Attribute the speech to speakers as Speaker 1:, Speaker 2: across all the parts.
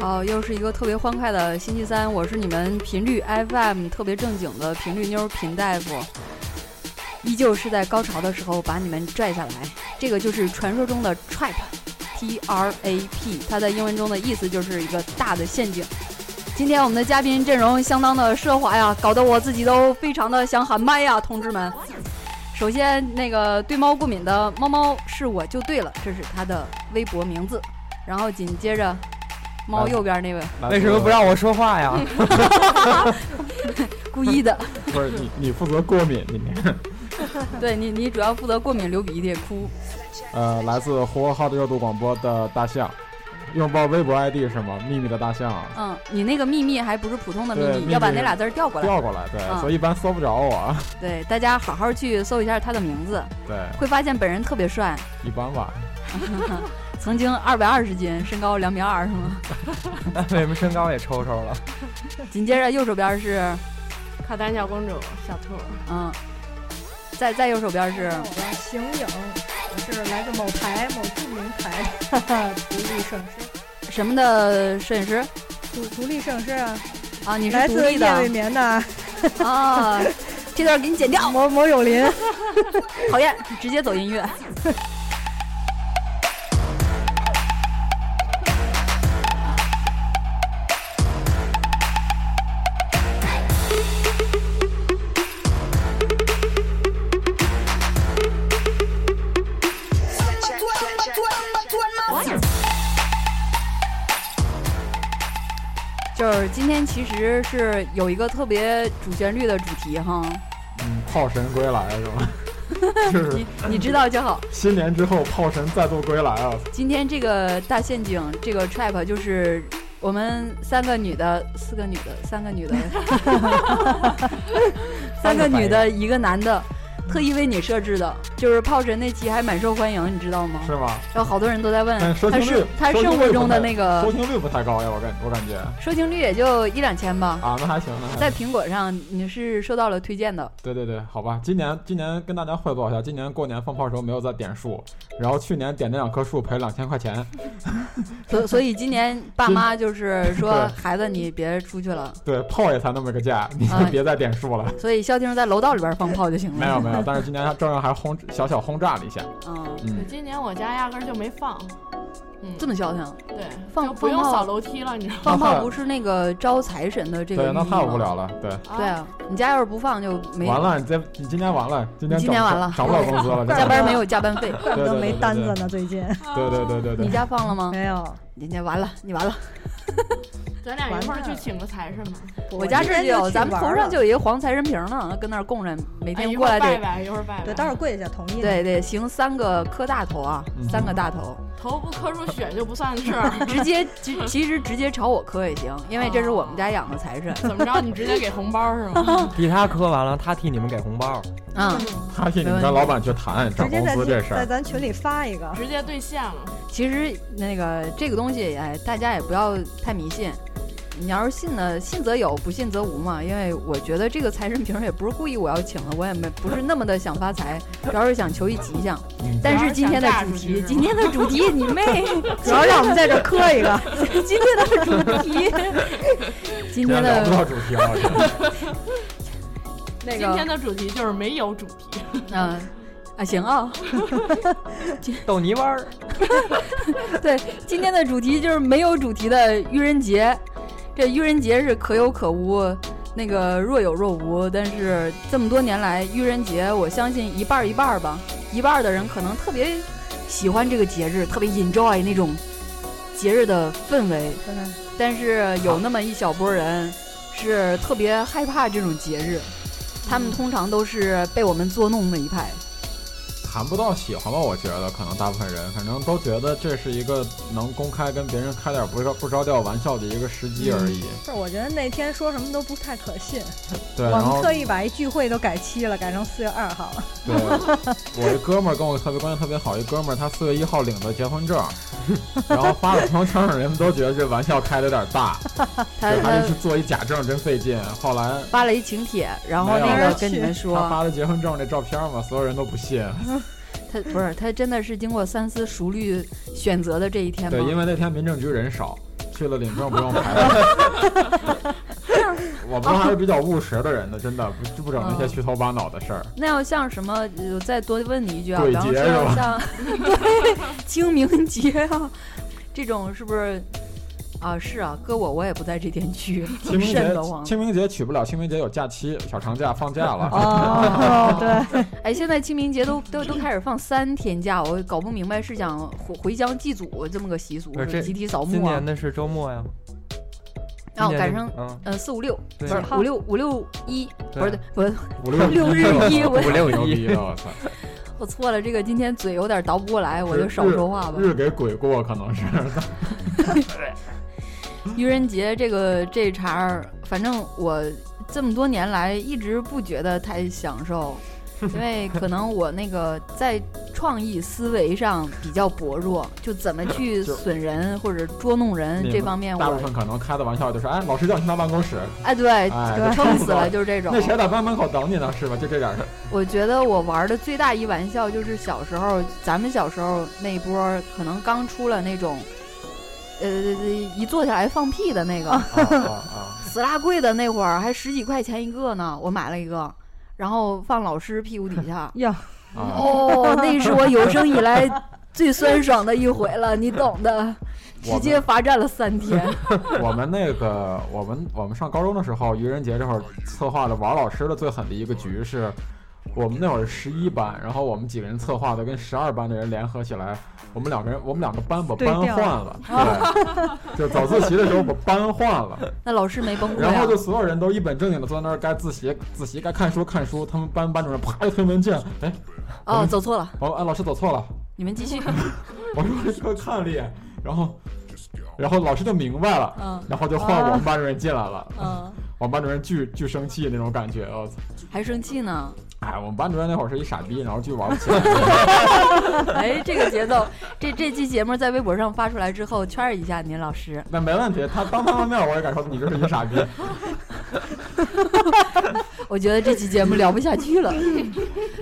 Speaker 1: 哦，又是一个特别欢快的星期三，我是你们频率 FM 特别正经的频率妞儿频大夫，依旧是在高潮的时候把你们拽下来。这个就是传说中的 trap，T R A P，它在英文中的意思就是一个大的陷阱。今天我们的嘉宾阵容相当的奢华呀，搞得我自己都非常的想喊麦呀，同志们。首先，那个对猫过敏的猫猫是我就对了，这是他的微博名字。然后紧接着，猫右边那位
Speaker 2: 为什么不让我说话呀？
Speaker 1: 故意的，
Speaker 3: 不是你，你负责过敏今天。
Speaker 1: 对你，你主要负责过敏、流鼻涕、哭。
Speaker 3: 呃，来自呼和浩特热度广播的大象，用报微博 ID 是吗？秘密的大象
Speaker 1: 嗯，你那个秘密还不是普通的秘
Speaker 3: 对
Speaker 1: 密，
Speaker 3: 秘密
Speaker 1: 要把那俩字儿调过来。
Speaker 3: 调过来，对，
Speaker 1: 嗯
Speaker 3: 所以一般搜不着我。啊
Speaker 1: 对，大家好好去搜一下他的名字，
Speaker 3: 对，
Speaker 1: 会发现本人特别帅，
Speaker 3: 一般吧。
Speaker 1: 曾经二百二十斤，身高两米二，是吗？
Speaker 2: 那哎为什么身高也抽抽了？
Speaker 1: 紧接着右手边是，
Speaker 4: 卡丹小公主，小兔。
Speaker 1: 嗯，再再右手边是，
Speaker 5: 我的邢颖，我是来自某台某著名台的独立摄影师，
Speaker 1: 什么的摄影师
Speaker 5: 独独立摄影师啊，
Speaker 1: 啊？你是
Speaker 5: 来
Speaker 1: 独
Speaker 5: 自夜
Speaker 1: 立
Speaker 5: 未
Speaker 1: 的
Speaker 5: 眠的
Speaker 1: 啊？这段给你剪掉，
Speaker 5: 某某友邻。
Speaker 1: 讨厌，直接走音乐。就是今天其实是有一个特别主旋律的主题哈，
Speaker 3: 嗯，炮神归来是 吗？就是
Speaker 1: 你你知道就好。
Speaker 3: 新年之后，炮神再度归来啊！
Speaker 1: 今天这个大陷阱，这个 trap 就是我们三个女的、四个女的、三个女的、三个女的、一个男的，特意为你设置的。就是炮神那期还蛮受欢迎，你知道吗？
Speaker 3: 是吗？
Speaker 1: 然后好多人都在问
Speaker 3: 但收
Speaker 1: 他
Speaker 3: 听率
Speaker 1: 是他
Speaker 3: 收听
Speaker 1: 生活
Speaker 3: 率
Speaker 1: 中
Speaker 3: 不
Speaker 1: 的
Speaker 3: 太
Speaker 1: 那个
Speaker 3: 收听率不太高呀，我感我感觉
Speaker 1: 收听率也就一两千吧。
Speaker 3: 啊，那还行，那还行
Speaker 1: 在苹果上你是收到了推荐的，
Speaker 3: 对对对，好吧，今年今年跟大家汇报一下，今年过年放炮的时候没有再点数，然后去年点那两棵树赔两千块钱，
Speaker 1: 所所以今年爸妈就是说
Speaker 3: 对
Speaker 1: 孩子你别出去了，
Speaker 3: 对，炮也才那么个价，你 就
Speaker 1: 哎
Speaker 3: 别再点数了。
Speaker 1: 所以肖丁在楼道里边放炮就行了。
Speaker 3: 没有没有，但是今年他照样还轰小小轰炸了一下，
Speaker 1: 嗯，
Speaker 4: 对，
Speaker 3: 嗯，
Speaker 4: 今年我家压根儿就没放，嗯，
Speaker 1: 这么消停。
Speaker 4: 对，
Speaker 1: 放
Speaker 4: 就不用
Speaker 1: 放炮
Speaker 4: 扫楼梯了，你知道吗？
Speaker 1: 放
Speaker 3: 那
Speaker 1: 炮
Speaker 3: 太
Speaker 1: 不是那个招财神的这个
Speaker 3: 对，那
Speaker 1: 寓意
Speaker 3: 太
Speaker 1: 吗
Speaker 3: 无。聊了，对，
Speaker 1: 对啊，你家要是不放就没
Speaker 3: 完了，你这你今年完了，今年
Speaker 1: 你今年
Speaker 3: 涨
Speaker 1: 完了
Speaker 3: 涨不了工 资了，
Speaker 1: 加
Speaker 3: 真的
Speaker 1: 班 没有加班费。
Speaker 5: 怪不
Speaker 3: 对嗯
Speaker 5: 得
Speaker 3: 对
Speaker 5: 没
Speaker 3: 对
Speaker 5: 单
Speaker 3: 对
Speaker 5: 子呢，最近
Speaker 4: 啊
Speaker 3: 对对对对
Speaker 1: 你
Speaker 3: 对，
Speaker 1: 家放了吗？
Speaker 5: 没有。
Speaker 1: 你家完了，你完了。
Speaker 4: 咱俩一块儿去请个财神吧，
Speaker 1: 我家这
Speaker 5: 这
Speaker 1: 就有，咱们头上就有一个黄财神瓶呢，跟那儿供着，每
Speaker 4: 哎
Speaker 1: 天
Speaker 4: 一
Speaker 1: 过
Speaker 4: 会
Speaker 1: 来
Speaker 4: 儿拜
Speaker 1: 得
Speaker 4: 拜，一会儿拜拜。
Speaker 5: 对，待会儿跪下同意。，
Speaker 1: 对对行三个磕大头啊，
Speaker 3: 嗯
Speaker 1: 三个大头，
Speaker 4: 头不磕出血就不算事儿。
Speaker 1: 直接直其实直接朝我磕也行，因为这是我们家养的财神。
Speaker 4: 怎么着？你直接给红包 是吗？
Speaker 2: 替他磕完了，他替你们给红包。
Speaker 1: 嗯，
Speaker 3: 他替你们跟老板去谈涨
Speaker 5: 直接
Speaker 3: 工
Speaker 5: 在
Speaker 3: 资
Speaker 5: 群
Speaker 3: 这事
Speaker 5: 在
Speaker 3: 儿，
Speaker 5: 咱群里发一个。
Speaker 4: 直接兑现了。
Speaker 1: 其实那个这个东西也，大家也不要太迷信。你要是信呢，信则有，不信则无嘛。因为我觉得这个财神瓶儿也不是故意我要请的，我也没不是那么的想发财，主要是想求一吉祥。
Speaker 3: 嗯
Speaker 1: 但是今天的主题，今天的主题你妹，主要让我们在这磕一个。 今天的主题，今天
Speaker 3: 聊不
Speaker 1: 的
Speaker 3: 到主题了，真的
Speaker 1: 那
Speaker 4: 今天
Speaker 1: 个，
Speaker 4: 的主题就是没有主题，
Speaker 1: 嗯、啊，行啊、
Speaker 2: 逗泥丸儿，
Speaker 1: 对，今天的主题就是没有主题的愚人节。这愚人节是可有可无，那个若有若无。但是这么多年来，愚人节我相信一半儿一半儿吧，一半儿的人可能特别喜欢这个节日，特别 enjoy 那种节日的氛围。
Speaker 5: 真的
Speaker 1: 但是有那么一小波人是特别害怕这种节日，他们通常都是被我们捉弄的一派。
Speaker 3: 谈不到喜欢吧？我觉得可能大部分人，反正都觉得这是一个能公开跟别人开点不着不着调玩笑的一个时机而已。
Speaker 5: 不是，我觉得那天说什么都不太可信。
Speaker 3: 对，
Speaker 5: 我
Speaker 3: 然
Speaker 5: 们
Speaker 3: 后
Speaker 5: 特意把一聚会都改期了，改成四月二号 了。
Speaker 3: 对，我一哥们儿跟我特别关系特别好，一哥们儿他四月一号领的结婚证，然后发了朋友圈，人们都觉得这玩笑开的有点大，
Speaker 1: 他
Speaker 3: 给他
Speaker 1: 他
Speaker 3: 去做一假证真费劲。后来
Speaker 1: 发了一请帖，然后
Speaker 3: 没有
Speaker 1: 那个
Speaker 5: 去
Speaker 1: 跟你们说，
Speaker 3: 他发的结婚证那照片嘛，所有人都不信。
Speaker 1: 他不是他真的是经过三思熟虑选择的这一天吗？
Speaker 3: 对，因为那天民政局人少，去了领证不用排队。 我们还是比较务实的人呢，真的不就不整
Speaker 1: 哦
Speaker 3: 那些虚头巴脑的事儿。
Speaker 1: 那要像什么，呃再多问你一句啊，
Speaker 3: 鬼
Speaker 1: 比方说
Speaker 3: 节是吧
Speaker 1: 像 对清明节啊，这种是不是啊？是啊，搁我我也不在这天去，挺
Speaker 3: 清 明
Speaker 1: 瘆
Speaker 3: 节
Speaker 1: 得慌。
Speaker 3: 清明节取不了，清明节有假期，小长假放假了。
Speaker 1: 哦
Speaker 5: 哦，对，。
Speaker 1: 哎，现在清明节都都都开始放三天假，我搞不明白是想回回乡祭祖这么个习俗，
Speaker 2: 不是
Speaker 1: 是
Speaker 2: 这
Speaker 1: 集体扫
Speaker 2: 今
Speaker 1: 墓啊
Speaker 2: 年？的是周末呀，
Speaker 1: 哦
Speaker 2: 今，年
Speaker 1: 赶
Speaker 2: 的
Speaker 1: 上
Speaker 2: 嗯，
Speaker 1: 呃四五六
Speaker 2: 对
Speaker 1: 几号五六五六一，不是
Speaker 2: 对啊
Speaker 1: 不是，
Speaker 3: 五六
Speaker 1: 六日一我
Speaker 3: 五六牛
Speaker 2: 一
Speaker 3: 逼了，我操！
Speaker 1: 我错了，这个今天嘴有点倒不过来，我就少说话吧。
Speaker 3: 日给鬼过可能是。
Speaker 1: 愚人节这个这茬儿，反正我这么多年来一直不觉得太享 受，因为可能我那个在创意思维上比较薄弱，就怎么去
Speaker 3: 就
Speaker 1: 损人或者捉弄人
Speaker 3: 你
Speaker 1: 这
Speaker 3: 们
Speaker 1: 方面
Speaker 3: 大部
Speaker 1: 我，
Speaker 3: 分可能开的玩笑就是，哎，老师叫你去他办公室，
Speaker 1: 哎，对，
Speaker 3: 哎
Speaker 1: 我撑死 了，
Speaker 3: 对
Speaker 1: 就是这种
Speaker 3: 那。谁在班门口等你呢？是吧？就这 点事儿。
Speaker 1: 我觉得我玩的最大一玩笑就是小时候，咱们小时候那一波儿可能刚出了那种，呃，一坐下来放屁的那个。
Speaker 3: 啊啊啊！
Speaker 1: 死拉贵的那会儿还十几块钱一个呢，我买了一个，然后放老师屁股底下
Speaker 5: 呀，
Speaker 3: 啊
Speaker 1: 哦，那是我有生以来最酸爽的一回了，你懂的，
Speaker 3: 我
Speaker 1: 直
Speaker 3: 们
Speaker 1: 接罚站了三天。
Speaker 3: 我们那个，我们我们上高中的时候，愚人节这会儿策划的玩老师的最狠的一个局是，我们那会儿十一班，然后我们几个人策划的跟十二班的人联合起来，我们两个人我们两个班把
Speaker 5: 对
Speaker 3: 班
Speaker 5: 调
Speaker 3: 换了，对，就早自习的时候把班换了，
Speaker 1: 那老师没崩溃
Speaker 3: 然后就
Speaker 1: 啊？
Speaker 3: 所有人都一本正经的坐在那儿该自习自习该看书看书，他们班班主任啪一推门进来，哎，
Speaker 1: 哦，走错了，
Speaker 3: 我哎老师走错了，
Speaker 1: 你们继 续。
Speaker 3: 我说看了一眼，然后然后老师就明白了，
Speaker 1: 嗯
Speaker 3: 然后就换我们班主任进来了。
Speaker 1: 嗯，
Speaker 3: 我们班主任巨巨生气那种感觉，我操！
Speaker 1: 还生气呢？
Speaker 3: 哎，我们班主任那会儿是一傻逼，然后巨玩不起来。
Speaker 1: 哎，这个节奏，这这期节目在微博上发出来之后，圈儿一下您老师。
Speaker 3: 那没问题，他当他们面我也敢说你就是一 傻逼。
Speaker 1: 我觉得这期节目聊不下去 了，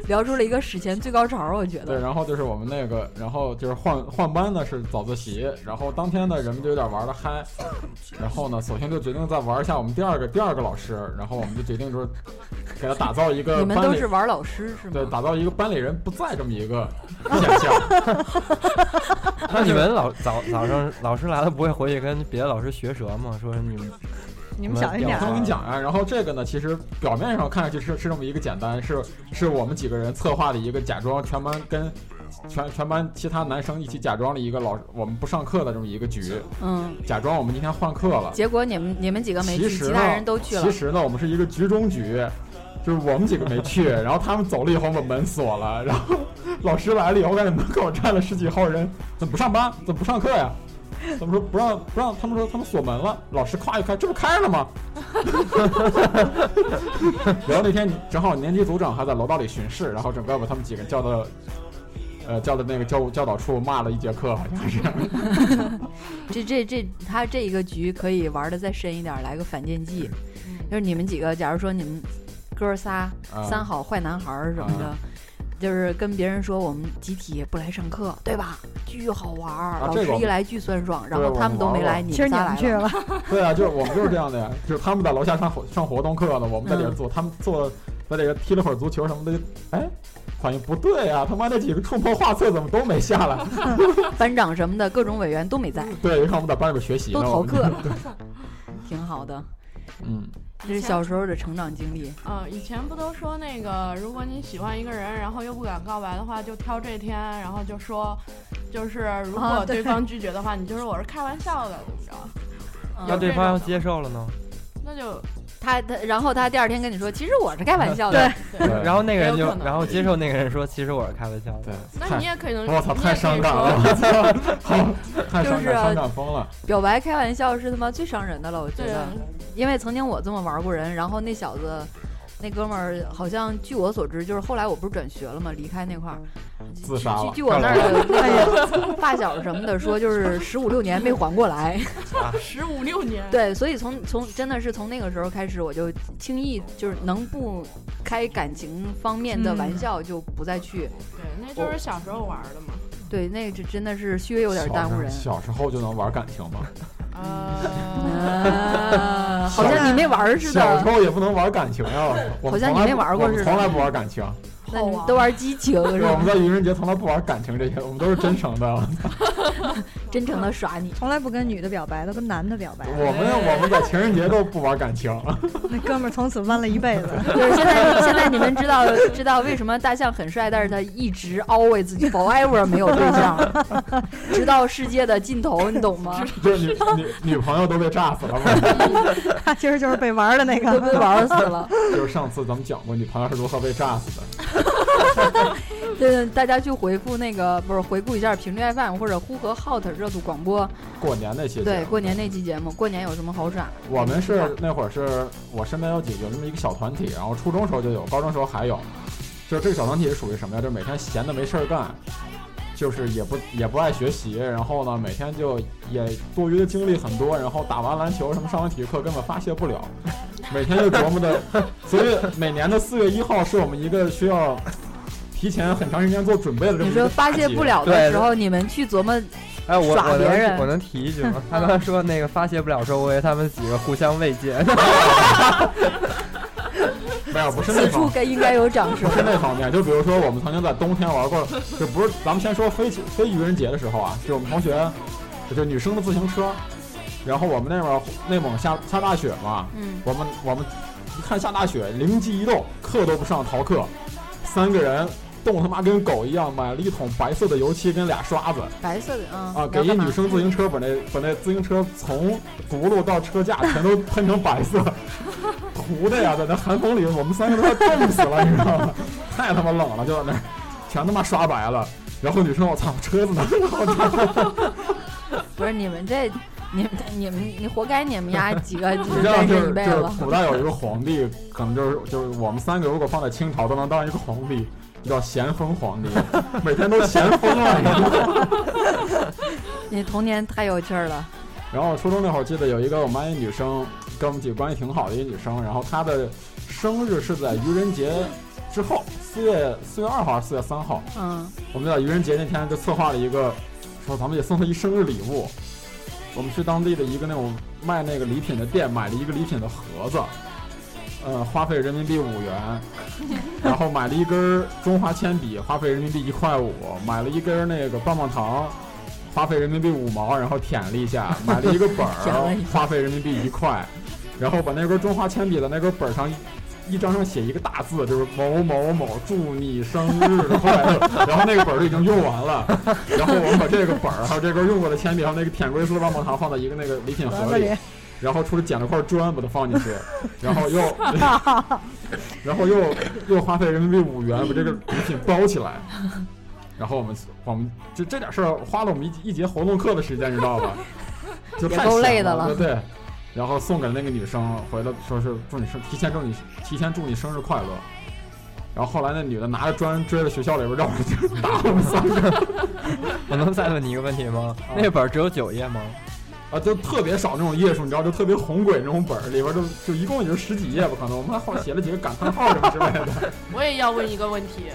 Speaker 1: 聊出了一个史前最高潮儿，我觉
Speaker 3: 对，
Speaker 1: 得。
Speaker 3: 然后就是我们那个，然后就是换换班呢是早自习，然后当天呢人们就有点玩的嗨，然后呢，索性就决定再玩一下我们第二个第二个老师，然后我们就决定说给他打造一个
Speaker 1: 你们都
Speaker 3: 班里
Speaker 1: 是玩老师是吗？
Speaker 3: 对打造一个班里人不在这么 一个现象。
Speaker 2: 那你们老早早上老师来了不会回去跟别的老师学舌吗？说 你们
Speaker 5: 你们小心点
Speaker 3: 我
Speaker 5: 儿
Speaker 2: 嗯
Speaker 3: 跟你讲啊，然后这个呢，其实表面上看上去是是这么一个简单，是是我们几个人策划的一个假装全班跟全全班其他男生一起假装了一个老我们不上课的这么一个局，
Speaker 1: 嗯，
Speaker 3: 假装我们今天换课了。
Speaker 1: 结果你们你们几个没去，
Speaker 3: 其实啊
Speaker 1: 其
Speaker 3: 呢，
Speaker 1: 他人都去了
Speaker 3: 其。实呢，我们是一个局中局，就是我们几个没去，然后他们走了以后把门锁了，然后老师来了以后，看见门口站了十几号人，怎么不上班？怎么不上课呀？怎么说不让不让？他们说他们锁门了。老师咵一开，这不开着吗？ 然后那天正好年级组长还在楼道里巡视，然后整个把他们几个叫到，呃，叫到那个教务教导处骂了一节课，好像是。
Speaker 1: 这这这，他这一个局可以玩的再深一点，来个反间计，就是你们几个，假如说你们哥仨、
Speaker 3: 嗯啊
Speaker 1: 三好坏男孩儿什么的。
Speaker 3: 啊
Speaker 1: 就是跟别人说我们集体不来上课，对吧？巨好玩儿，
Speaker 3: 啊
Speaker 1: 老
Speaker 3: 这
Speaker 1: 师
Speaker 3: 个我
Speaker 1: 一来巨酸爽，然
Speaker 3: 对
Speaker 1: 后
Speaker 3: 我
Speaker 1: 他们都
Speaker 3: 玩
Speaker 1: 没
Speaker 3: 过
Speaker 1: 来，你
Speaker 5: 其实
Speaker 1: 们
Speaker 5: 你
Speaker 1: 仨
Speaker 5: 们
Speaker 1: 来
Speaker 5: 去
Speaker 1: 了。
Speaker 5: 了，
Speaker 3: 对啊，就是我们就是这样的呀，就是他们在楼下上活上活动课呢，我们在里边做，他们做在里边踢了会儿足球什么的，就哎，反应不对啊，他妈那几个冲破画册怎么都没下来？
Speaker 1: 班长什么的，各种委员都没在，
Speaker 3: 对，一看我们在班里边学习呢，
Speaker 1: 都逃
Speaker 3: 我们
Speaker 1: 课了，挺好的。
Speaker 3: 嗯，
Speaker 1: 这是小时候的成长经历。
Speaker 4: 嗯，以前不都说那个，如果你喜欢一个人，然后又不敢告白的话，就挑这天，然后就说，就是如
Speaker 1: 啊
Speaker 5: 哦
Speaker 4: 果
Speaker 1: 对
Speaker 4: 对方拒绝的话，你就说我是开玩笑的，怎么着？
Speaker 1: 嗯
Speaker 2: 要对方要接受了呢？
Speaker 4: 那就
Speaker 1: 他他，然后他第二天跟你说，其实我是开玩笑的。
Speaker 5: 对
Speaker 4: 对，
Speaker 3: 对
Speaker 2: 然后那个人
Speaker 4: 也
Speaker 2: 就
Speaker 4: 有可能
Speaker 2: 然后接受那个人说，其实我是开玩笑的。
Speaker 3: 对，
Speaker 4: 那你
Speaker 3: 太
Speaker 4: 也可以能，
Speaker 3: 我操，
Speaker 4: 你
Speaker 3: 太
Speaker 4: 也可
Speaker 3: 伤
Speaker 4: 以
Speaker 3: 感
Speaker 4: 说
Speaker 3: 了，我操， 好，太伤
Speaker 1: 就是啊
Speaker 3: 感，伤感疯了，
Speaker 1: 表白开玩笑是他妈最伤人的了，我觉
Speaker 4: 对
Speaker 1: 得，因为曾经我这么玩过人，然后那小子，那哥们儿好像据我所知，就是后来我不是转学了嘛，离开那块儿，
Speaker 3: 自杀
Speaker 1: 据
Speaker 3: 了。
Speaker 1: 据我那儿的那个发小什么的说，就是十五六年没缓过来，
Speaker 4: 十五六年，
Speaker 1: 对，所以从从真的是从那个时候开始，我就轻易就是能不开感情方面的玩笑就不再去，
Speaker 4: 对，那就是小时候玩的嘛。
Speaker 1: 对，那这真的是稍微有点
Speaker 3: 小
Speaker 1: 耽误
Speaker 3: 时
Speaker 1: 人，
Speaker 3: 小时候就能玩感情吗？
Speaker 4: 啊， 呃，
Speaker 1: 啊，好像你没玩儿似
Speaker 3: 小
Speaker 1: 的，
Speaker 3: 时候也不能玩感情呀，我
Speaker 1: 好
Speaker 3: 们
Speaker 1: 像
Speaker 3: 从
Speaker 1: 你
Speaker 3: 来
Speaker 1: 没
Speaker 3: 不
Speaker 1: 玩过
Speaker 3: 我们
Speaker 1: 似的
Speaker 3: 从来不玩感情，
Speaker 1: 那
Speaker 4: 好
Speaker 1: 你
Speaker 4: 玩
Speaker 1: 都玩激情
Speaker 3: 对，
Speaker 1: 是
Speaker 3: 我们
Speaker 1: 吧？
Speaker 3: 在愚人节从来不玩感情这些，我们都是真诚的。
Speaker 1: 真诚的耍你，
Speaker 5: 从来不跟女的表白，都跟男的表白。
Speaker 3: 我
Speaker 1: 哎
Speaker 3: 们我们在情人节都不玩感情，
Speaker 5: 那哥们儿从此弯了一辈子。
Speaker 1: 就是现在现在你们知道知道为什么大象很帅，但是他一直 always 自己 forever 没有对象，直到世界的尽头，你懂 吗？
Speaker 3: 就是女女女朋友都被炸死了嘛。
Speaker 5: 他其实就是被玩儿的那
Speaker 1: 都
Speaker 5: 个。
Speaker 1: 被玩死了。
Speaker 3: 就是上次咱们讲过女朋友是如何被炸死的，
Speaker 1: 对，大家去回复那个不是回顾一下频率 FM 或者呼和浩特热度广播，
Speaker 3: 过年那些节
Speaker 1: 对
Speaker 3: 目
Speaker 1: 过年那期节目，过年有什么好耍？
Speaker 3: 我们是那会儿是我身边有几有这么一个小团体，然后初中时候就有，高中时候还有。就是这个小团体是属于什么呀？就是每天闲的没事儿干，就是也不也不爱学习，然后呢每天就也多余的精力很多，然后打完篮球什么上完体育课根本发泄不了，每天就琢磨的。所以每年的四月一号是我们一个需要提前很长时间做准备的这么
Speaker 1: 你
Speaker 3: 一个
Speaker 1: 说发
Speaker 3: 大
Speaker 1: 泄
Speaker 3: 节
Speaker 1: 不了的
Speaker 2: 对
Speaker 1: 时候，你们去琢磨
Speaker 2: 哎，我
Speaker 1: 耍
Speaker 2: 我
Speaker 1: 别人
Speaker 2: 能我能提一句 吗？他刚才说那个发泄不了的时候，我以为他们几个互相慰藉。
Speaker 3: 没有不是那
Speaker 1: 此
Speaker 3: 种
Speaker 1: 处该应该有掌声
Speaker 3: 不。是那方面，就比如说我们曾经在冬天玩过，就不是咱们先说非非愚人节的时候啊，就我们同学，就女生的自行车，然后我们那边儿内蒙下下大雪嘛，
Speaker 1: 嗯，
Speaker 3: 我们我们一看下大雪，灵机一动，课都不上逃课，三个人冻他妈跟狗一样，买了一桶白色的油漆跟俩刷子
Speaker 1: 白色的嗯
Speaker 3: 啊，
Speaker 1: 你
Speaker 3: 给
Speaker 1: 要
Speaker 3: 一
Speaker 1: 干嘛
Speaker 3: 女生自行车把那把那自行车从轱辘到车架全都喷成白色， 糊的呀，在那寒风里我们三个都快冻死了，你知道吗？太他妈冷了，就在那儿全他妈刷白了。然后女生，我操，车子呢？
Speaker 1: 不是你们这，你们你们你活该你们家几个就
Speaker 3: 你
Speaker 1: 是
Speaker 3: 知道
Speaker 1: 单
Speaker 3: 就
Speaker 1: 身
Speaker 3: 是
Speaker 1: 一辈
Speaker 3: 就是
Speaker 1: 子。
Speaker 3: 古代有一个皇帝，可能就是就是我们三个如果放在清朝都能当一个皇帝，叫咸丰皇帝，每天都咸丰了，你知道吗？
Speaker 1: 你童年太有趣儿了，
Speaker 3: 然后初中那会儿记得有一个我们班一女生，跟我们几个关系挺好的一个女生，然后她的生日是在愚人节之后，四月四月二号还是四月三号，
Speaker 1: 嗯，
Speaker 3: 我们在愚人节那天就策划了一个，说咱们得送她一生日礼物。我们去当地的一个那种卖那个礼品的店买了一个礼品的盒子，呃，花费人民币五元，然后买了一根中华铅笔，花费人民币一块五，买了一根那个棒棒糖。花费人民币五毛，然后舔了一下，买了一个本
Speaker 1: 舔了一
Speaker 3: 儿，
Speaker 1: 下
Speaker 3: 花费人民币一块，然后把那根中华铅笔的那根本儿上一张上写一个大字，就是某某某祝你生日快乐。然后那个本儿就已经用完了，然后我们把这个本儿还有这根用过的铅笔，还有那个舔龟丝的棒棒糖放在一个那个礼 品
Speaker 5: 盒
Speaker 3: 盒
Speaker 5: 子
Speaker 3: 里
Speaker 5: 里，
Speaker 3: 然后出去捡了块砖把它放进去， 然后又， 然后又又花费人民币五元把这个礼品包起来。然后我们我们就这点事儿花了我们一一节活动课的时间，你知 道吧？就
Speaker 1: 也
Speaker 3: 太
Speaker 1: 够
Speaker 3: 闲
Speaker 1: 累的
Speaker 3: 了，
Speaker 1: 了
Speaker 3: 对。然后送给那个女生，回来说是祝你生，提前祝你提前祝你生日快乐。然后后来那女的拿着砖追到学校里边绕着就打我们三个
Speaker 2: 我能再问你一个问题吗？那本儿只有九页吗？
Speaker 3: 啊，就特别少那种页数，你知道，就特别红鬼那种本儿，里边就就一共也就十几页吧，可能我们还后来写了几个感叹号什么之类的。
Speaker 4: 我也要问一个问题。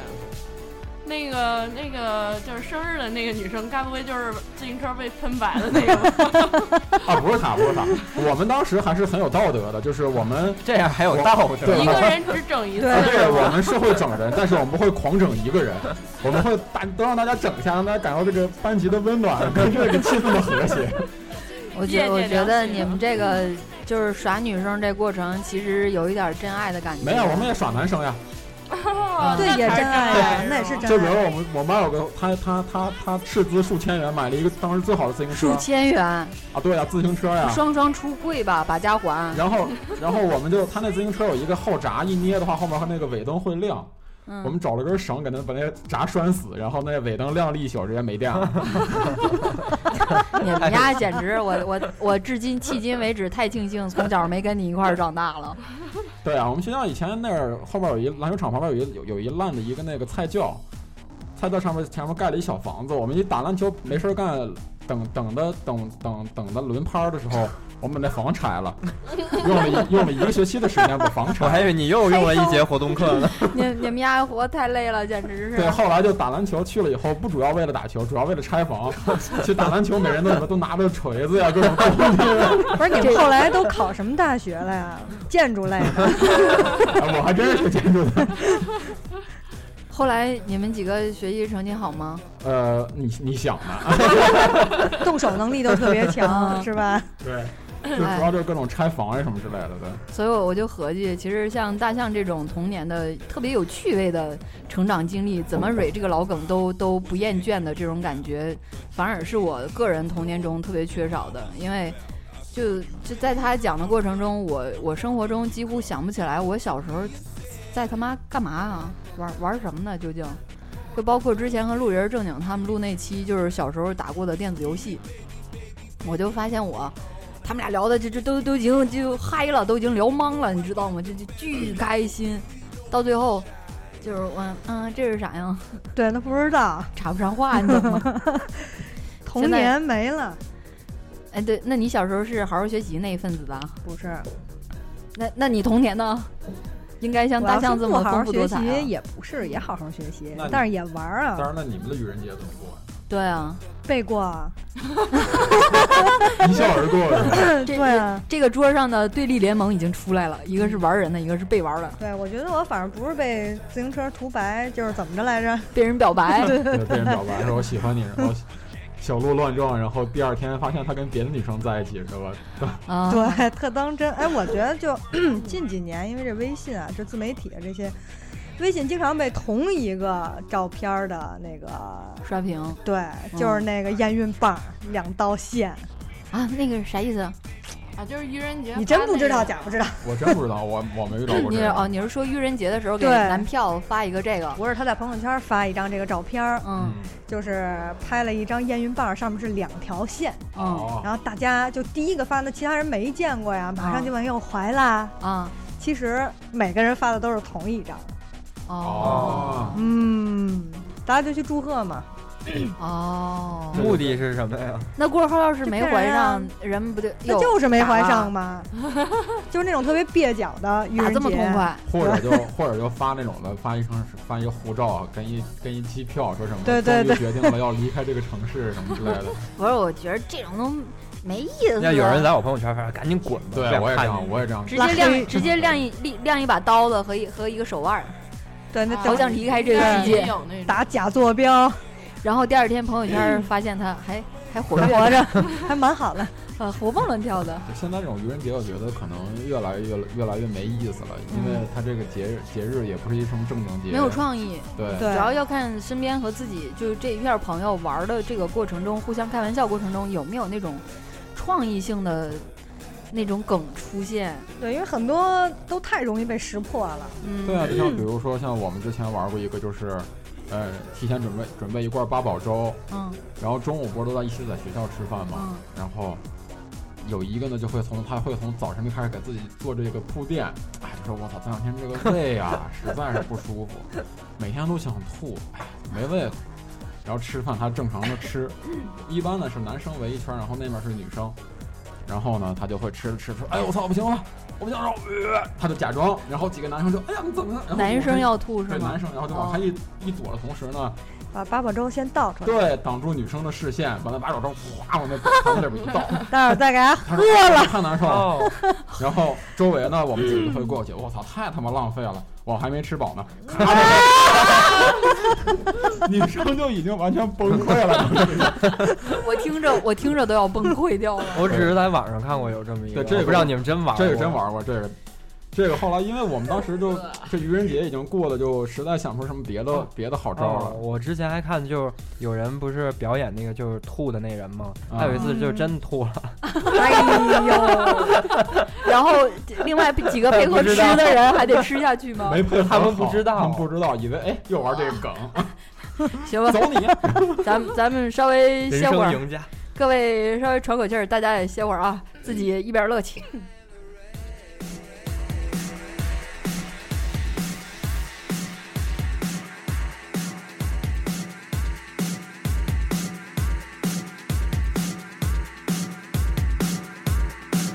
Speaker 4: 那个那个就是生日的那个女生，该不会就是自行车被喷白的那个 吧？
Speaker 3: 啊，不是他，不是他，我们当时还是很有道德的，就是我们
Speaker 2: 这样还有道德？
Speaker 3: 对
Speaker 4: 一个人只整一次，
Speaker 3: 啊，对，我们是会整人，但是我们不会狂整一个人，我们会大都让大家整一下，让大家感到这个班级的温暖跟这个气氛的和谐。
Speaker 1: 我
Speaker 4: 业
Speaker 1: 觉
Speaker 4: 界
Speaker 1: 我觉得
Speaker 4: 良心
Speaker 1: 你们这个就是耍女生这过程，其实有一点真爱的感觉。
Speaker 3: 没有，我们也耍男生呀，
Speaker 4: 哦
Speaker 5: 对，
Speaker 4: 那
Speaker 5: 也
Speaker 4: 才是
Speaker 5: 真爱呀，
Speaker 4: 吧
Speaker 5: 那也是
Speaker 3: 就
Speaker 5: 真
Speaker 3: 比如
Speaker 5: 爱。
Speaker 3: 我们我们班有个他他他他斥资数千元买了一个当时最好的自行车
Speaker 1: 数千元，
Speaker 3: 啊，对呀、自行车呀、
Speaker 1: 双双出柜吧，把家还。
Speaker 3: 然后，然后我们就他那自行车有一个后闸，一捏的话，后面和那个尾灯会亮。
Speaker 1: 嗯
Speaker 3: 我们找了根绳，给它把那闸拴死，然后那尾灯亮了一宿，直接没电了。
Speaker 1: 你们家简直，我我我至今迄今为止太庆幸从小没跟你一块儿长大了。
Speaker 3: 对啊，我们学校以前那儿后边有一篮球场，旁边有一有有一烂的一个那个菜窖，菜窖上面前面盖了一小房子。我们一打篮球没事儿干，等等的等等等的轮拍儿的时候，我们把那房拆了，用了一用了一个学期的时间把房
Speaker 2: 我还
Speaker 3: 拆。
Speaker 2: 以为你又用了一节活动课呢。
Speaker 1: 你你们家活太累了，简直是。啊
Speaker 3: 对，后来就打篮球去了以后，不主要为了打球，主要为了拆房。 去打篮球，每人都什么都拿着锤子呀，各种东西。
Speaker 5: 不是你们后来都考什么大学了呀？建筑类的，
Speaker 3: 我还 真是建筑的。
Speaker 1: 后来你们几个学习成绩好吗？
Speaker 3: 呃，你你想呢？
Speaker 5: 动手能力都特别强，
Speaker 1: 啊
Speaker 5: 是吧？
Speaker 3: 对，就主要就是各种拆房呀什么之类的。对，
Speaker 1: 所以我我就合计，其实像大象这种童年的特别有趣味的成长经历，怎么蕊这个老梗都都不厌倦的这种感觉，反而是我个人童年中特别缺少的。因为就就在他讲的过程中，我我生活中几乎想不起来我小时候在他妈干嘛啊，玩玩什么呢？究竟？就包括之前和路人正经他们录那期，就是小时候打过的电子游戏，我就发现我。他们俩聊的就就都都已经就嗨了，都已经聊懵了，你知道吗？就就巨开心，到最后就是我嗯，这是啥呀？
Speaker 5: 对他不知道，
Speaker 1: 插不上话，你懂 吗？
Speaker 5: 童
Speaker 1: 现在
Speaker 5: 年没了，
Speaker 1: 哎，对，那你小时候是好好学习那一份子的啊，
Speaker 5: 不是。
Speaker 1: 那那你童年呢？应该像
Speaker 5: 我
Speaker 1: 大
Speaker 5: 要
Speaker 1: 象
Speaker 5: 是
Speaker 1: 这
Speaker 5: 不
Speaker 1: 么
Speaker 5: 好好
Speaker 1: 丰富多
Speaker 5: 学
Speaker 1: 彩、
Speaker 5: 习
Speaker 1: 啊。
Speaker 5: 也不是，也好好学习
Speaker 3: 那，你
Speaker 5: 但是也玩儿
Speaker 1: 嗯
Speaker 3: 当
Speaker 5: 啊，
Speaker 3: 然，那你们的愚人节怎么过呀？
Speaker 1: 对啊，
Speaker 5: 背过啊，
Speaker 3: 一笑而过 是吧？
Speaker 1: 这
Speaker 5: 对啊。
Speaker 1: 这个桌上的对立联盟已经出来了，一个是玩人的，一个是被玩的，
Speaker 5: 对，我觉得我反正不是被自行车涂白，就是怎么着来着？
Speaker 1: 被人表 白。
Speaker 3: 对，被人表白说我喜欢你，然后小鹿乱撞，然后第二天发现他跟别的女生在一起，是吧？
Speaker 1: 啊，
Speaker 5: 对，特当真。哎，我觉得就 近几年，因为这微信啊，这自媒体啊这些，微信经常被同一个照片儿的那个，
Speaker 1: 刷屏
Speaker 5: 对，就是那个验孕棒、两道线，
Speaker 1: 啊，那个是啥意思？
Speaker 4: 啊，就是愚人节发那个。
Speaker 5: 你真不知道，假不 知道。
Speaker 3: 我真不知道，我 我没遇到过
Speaker 1: 你
Speaker 3: 这
Speaker 1: 是哦，
Speaker 3: 个。
Speaker 1: 你是说愚人节的时候给
Speaker 5: 对
Speaker 1: 男票发一个这个？
Speaker 5: 不是，他在朋友圈发一张这个照片儿，
Speaker 1: 嗯
Speaker 5: 就是拍了一张验孕棒，上面是两条线，
Speaker 1: 嗯
Speaker 3: 哦，
Speaker 5: 然后大家就第一个发的，其他人没见过呀，马上就问哟怀啦。
Speaker 1: 啊
Speaker 5: 其实每个人发的都是同一张，
Speaker 1: 哦
Speaker 5: 嗯，大家就去祝贺嘛。
Speaker 1: 哦，
Speaker 2: 目的是什么呀？
Speaker 1: 那郭浩要是没怀上
Speaker 5: 就，
Speaker 1: 人不就
Speaker 5: 那
Speaker 1: 哟
Speaker 5: 啊就是没怀上嘛， 就是那种特别蹩脚的愚
Speaker 1: 打
Speaker 5: 人
Speaker 1: 这么
Speaker 5: 节
Speaker 1: 痛，快？
Speaker 3: 或者就 或者就发那种的，发一张发一个护照，跟一跟一机票，说什么
Speaker 5: 对对对
Speaker 3: 终于决定了 要离开这个城市什么之类的。
Speaker 1: 不是，我觉得这种都没意思。
Speaker 2: 要有人在我朋友圈发，赶紧滚吧！不
Speaker 3: 对，
Speaker 2: 想
Speaker 3: 我也这
Speaker 2: 看
Speaker 3: 样，
Speaker 2: 你
Speaker 3: 我也这样。
Speaker 1: 直
Speaker 5: 拉
Speaker 1: 接
Speaker 5: 黑
Speaker 1: 亮直接亮一亮亮一把刀子和一和一个手腕儿，
Speaker 5: 对，那
Speaker 4: 啊
Speaker 5: 等
Speaker 1: 好想离开这个
Speaker 4: 但
Speaker 1: 世
Speaker 4: 是也
Speaker 1: 界。
Speaker 4: 有那种
Speaker 5: 打假坐标
Speaker 1: 然后第二天朋友圈发现他还还活
Speaker 5: 还
Speaker 1: 跃
Speaker 5: 活，着，还蛮好的。
Speaker 1: 呃，活蹦乱跳的。
Speaker 3: 就现在这种愚人节，我觉得可能越来越越来越没意思了，因为它这个节日节日也不是一什么正经节日，
Speaker 1: 没有创意，
Speaker 3: 对
Speaker 5: 对，
Speaker 1: 主要要看身边和自己就是这一片朋友玩的这个过程中，互相开玩笑过程中有没有那种创意性的那种梗出现。
Speaker 5: 对，因为很多都太容易被识破了。
Speaker 1: 嗯，
Speaker 3: 对啊，就像比如说像我们之前玩过一个，就是，呃，提前准备准备一罐八宝粥，
Speaker 1: 嗯
Speaker 3: 然后中午不是都在一起在学校吃饭嘛，
Speaker 1: 嗯
Speaker 3: 然后有一个呢就会从他会从早晨就开始给自己做这个铺垫，哎，就说我操，这两天这个胃 啊实在是不舒服，每天都想吐，哎，没胃口。然后吃饭他正常的吃，一般呢是男生围一圈，然后那边是女生，然后呢他就会吃着吃着说，哎我操不行了，我不行了，呃他就假装，然后几个男生就哎呀你怎么了？然后
Speaker 1: 男生要吐是
Speaker 3: 对
Speaker 1: 吗哦
Speaker 3: 男？生，然后就往他一、一躲的同时呢，
Speaker 5: 把八宝粥先倒出来，
Speaker 3: 对，挡住女生的视线，把那把手杖哗往那盘子里边一倒，
Speaker 5: 待会儿再给大家
Speaker 3: 他说饿了，太难受了。
Speaker 2: 哦，
Speaker 3: 然后周围呢，我们几个就会过去，我操，太他妈浪费了，我还没吃饱呢。咔啊女生就已经完全崩溃 了。
Speaker 1: 我听 着我听着都要崩溃掉了。
Speaker 2: 我只是在网上看过有这么一
Speaker 3: 对
Speaker 2: 个，
Speaker 3: 这个
Speaker 2: 我不知道你们真玩，
Speaker 3: 这个真。玩过，这个这个后来，因为我们当时就这愚人节已经过了，就实在想不出什么别的别的好招
Speaker 2: 哦，
Speaker 3: 了。
Speaker 2: 我之前还看，就是有人不是表演那个就是吐的那人吗？
Speaker 3: 啊
Speaker 2: 还有一次就真吐了，
Speaker 1: 哎呦，然后另外几个配合吃的人还得吃下去吗？
Speaker 3: 没配合
Speaker 2: 他们
Speaker 3: 好
Speaker 2: 不知道
Speaker 3: 他们不知道，以为哎又玩这个梗，
Speaker 1: 行吧，
Speaker 3: 走你。
Speaker 1: 咱们咱们稍微
Speaker 2: 人
Speaker 1: 歇会
Speaker 2: 生
Speaker 1: 儿，
Speaker 2: 赢家。
Speaker 1: 各位稍微喘口气儿，大家也歇会儿啊，自己一边乐去。
Speaker 6: Thank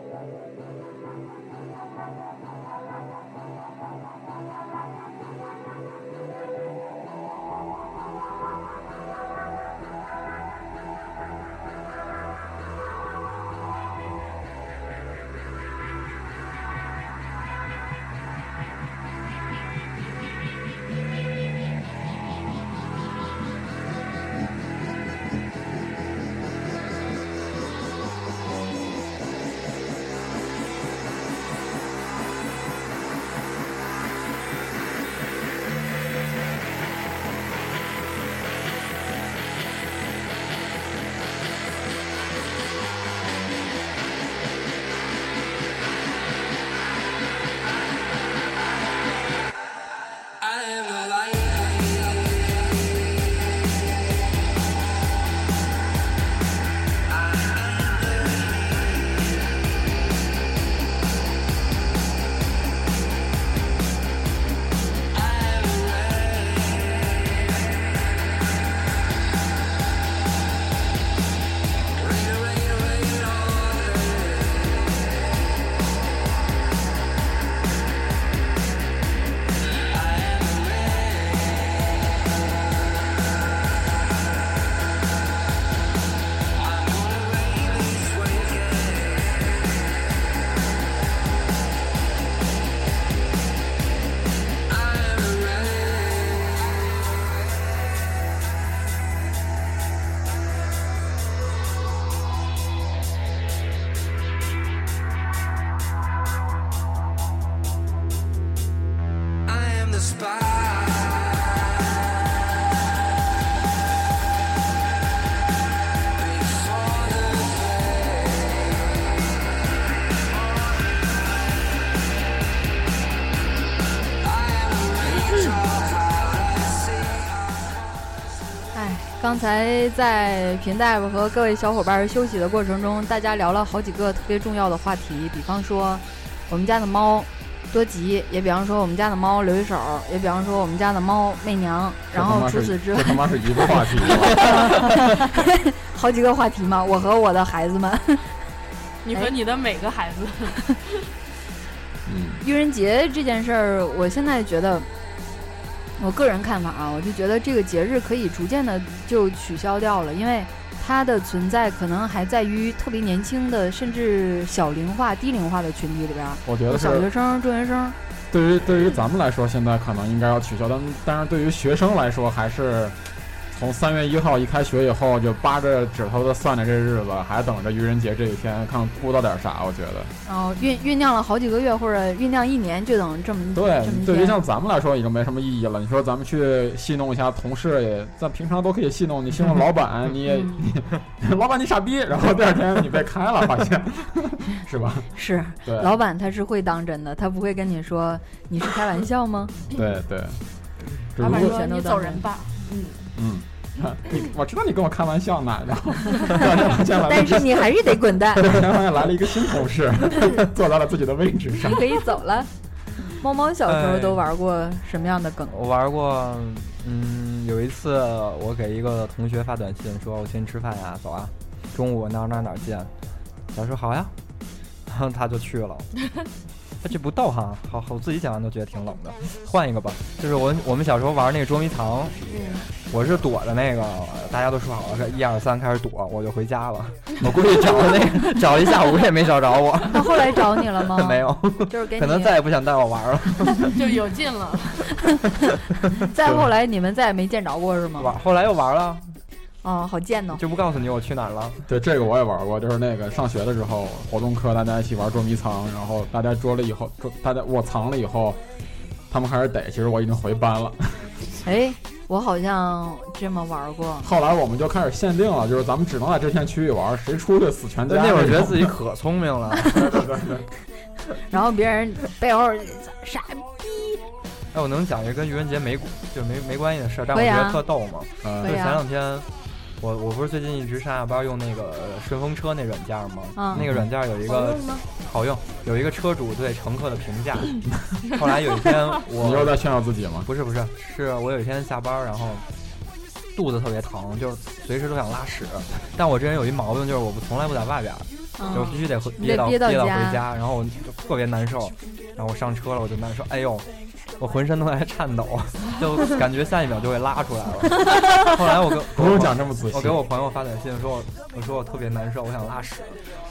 Speaker 1: 哎刚才在平大夫和各位小伙伴休息的过程中，大家聊了好几个特别重要的话题，比方说我们家的猫多吉，也比方说我们家的猫留一手，也比方说我们家的猫媚娘。然后除此之外
Speaker 3: 这，他妈是一个话 题，
Speaker 1: 好几个话题嘛，我和我的孩子们。
Speaker 4: 你和你的每个孩子，
Speaker 3: 嗯，
Speaker 1: 愚人节这件事儿，我现在觉得，我个人看法啊，我就觉得这个节日可以逐渐的就取消掉了，因为它的存在可能还在于特别年轻的，甚至小龄化、低龄化的群体里边儿，
Speaker 3: 我觉得
Speaker 1: 小
Speaker 3: 是
Speaker 1: 学生、中学生。
Speaker 3: 对于对于咱们来说，现在可能应该要取消，但但是对于学生来说，还是从三月一号一开学以后，就扒着指头的算着这日子，还等着愚人节这一天，看估到点啥。我觉得，
Speaker 1: 然后酝酝酿了好几个月，或者酝酿一年，就等这么
Speaker 3: 对
Speaker 1: 这么，一
Speaker 3: 对于
Speaker 1: 天。
Speaker 3: 像咱们来说已经没什么意义了。你说咱们去戏弄一下同事也，咱平常都可以戏弄，你戏弄 老板，你也
Speaker 4: 嗯
Speaker 3: 老板你傻逼，然后第二天你被开了，好像 是吧？
Speaker 1: 是
Speaker 3: 对
Speaker 1: 老板他是会当真的，他不会跟你说你是开玩笑 吗？
Speaker 3: 对对，只
Speaker 4: 老
Speaker 3: 不
Speaker 4: 板
Speaker 3: 过
Speaker 4: 说你走人吧，
Speaker 3: 嗯。你我知道你跟我开玩笑呢，然后第二天发现来了
Speaker 1: 但是你还是得滚蛋。
Speaker 3: 然后来了一个新 同事，坐在了自己的位置上。
Speaker 1: 可以走了。猫猫小时候都玩过什么样的梗？
Speaker 2: 我玩过，嗯，有一次我给一个同学发短信说：“我请你吃饭呀，走啊，中午哪儿哪儿哪儿见。”他说：“好呀。” 然后他就去了。 他这不逗哈，好好，我自己讲完都觉得挺冷的。换一个吧，就是我我们小时候玩那个捉迷藏，我是躲着那个，大家都说好了，一二三开始躲，我就回家了。我估计找那个找一下午也没找着我，
Speaker 1: 他后来找你了吗？
Speaker 2: 呃 没，有，
Speaker 1: 哦就是给你。
Speaker 2: 可能再也不想带我玩了。
Speaker 4: 就有劲 了。
Speaker 1: 再后来你们再也没见着过是
Speaker 2: 玩
Speaker 1: 吗？
Speaker 2: 后来又玩了，
Speaker 1: 哦，好贱哦！
Speaker 2: 就不告诉你我去哪儿了。
Speaker 3: 对，这个我也玩过，就是那个上学的时候，活动课大家一起玩捉迷藏，然后大家捉了以后，捉大家我藏了以后，他们还是逮。其实我已经回班了。
Speaker 1: 哎，我好像这么玩过。
Speaker 3: 后来我们就开始限定了，就是咱们只能在这片区域玩，谁出去死全家。
Speaker 2: 那会儿觉得自己可聪明了，
Speaker 1: 然后别人背后傻，
Speaker 2: 哎，我能讲一个跟愚人节没就没没关系的事儿，但
Speaker 1: 可
Speaker 2: 我
Speaker 1: 以
Speaker 2: 觉
Speaker 1: 啊
Speaker 2: 得特逗嘛。
Speaker 3: 呃
Speaker 1: 可
Speaker 2: 就
Speaker 1: 以
Speaker 2: 前
Speaker 1: 啊
Speaker 2: 两天，我我不是最近一直上下班用那个顺风车那软件儿吗？
Speaker 1: 嗯
Speaker 2: 那个软件儿有一个
Speaker 5: 吗？
Speaker 2: 好用，有一个车主对乘客的评 价。后来有一天我
Speaker 3: 你又在炫耀自己吗？
Speaker 2: 不是不是，是我有一天下班儿，然后肚子特别疼，就是随时都想拉屎。但我这人有一毛病，就是我不从来不在外边儿，
Speaker 1: 嗯
Speaker 2: 就必须得回
Speaker 1: 你
Speaker 2: 憋
Speaker 1: 得
Speaker 2: 到
Speaker 1: 憋到
Speaker 2: 到
Speaker 1: 家
Speaker 2: 回家，然后我就特别难受。然后我上车了，我就难受，哎呦，我浑身都在颤抖， 就感觉下一秒就会拉出来了。后来我跟
Speaker 3: 不用讲这么仔细。
Speaker 2: 我给我朋友发短信说我，我说我特别难受，我想拉屎。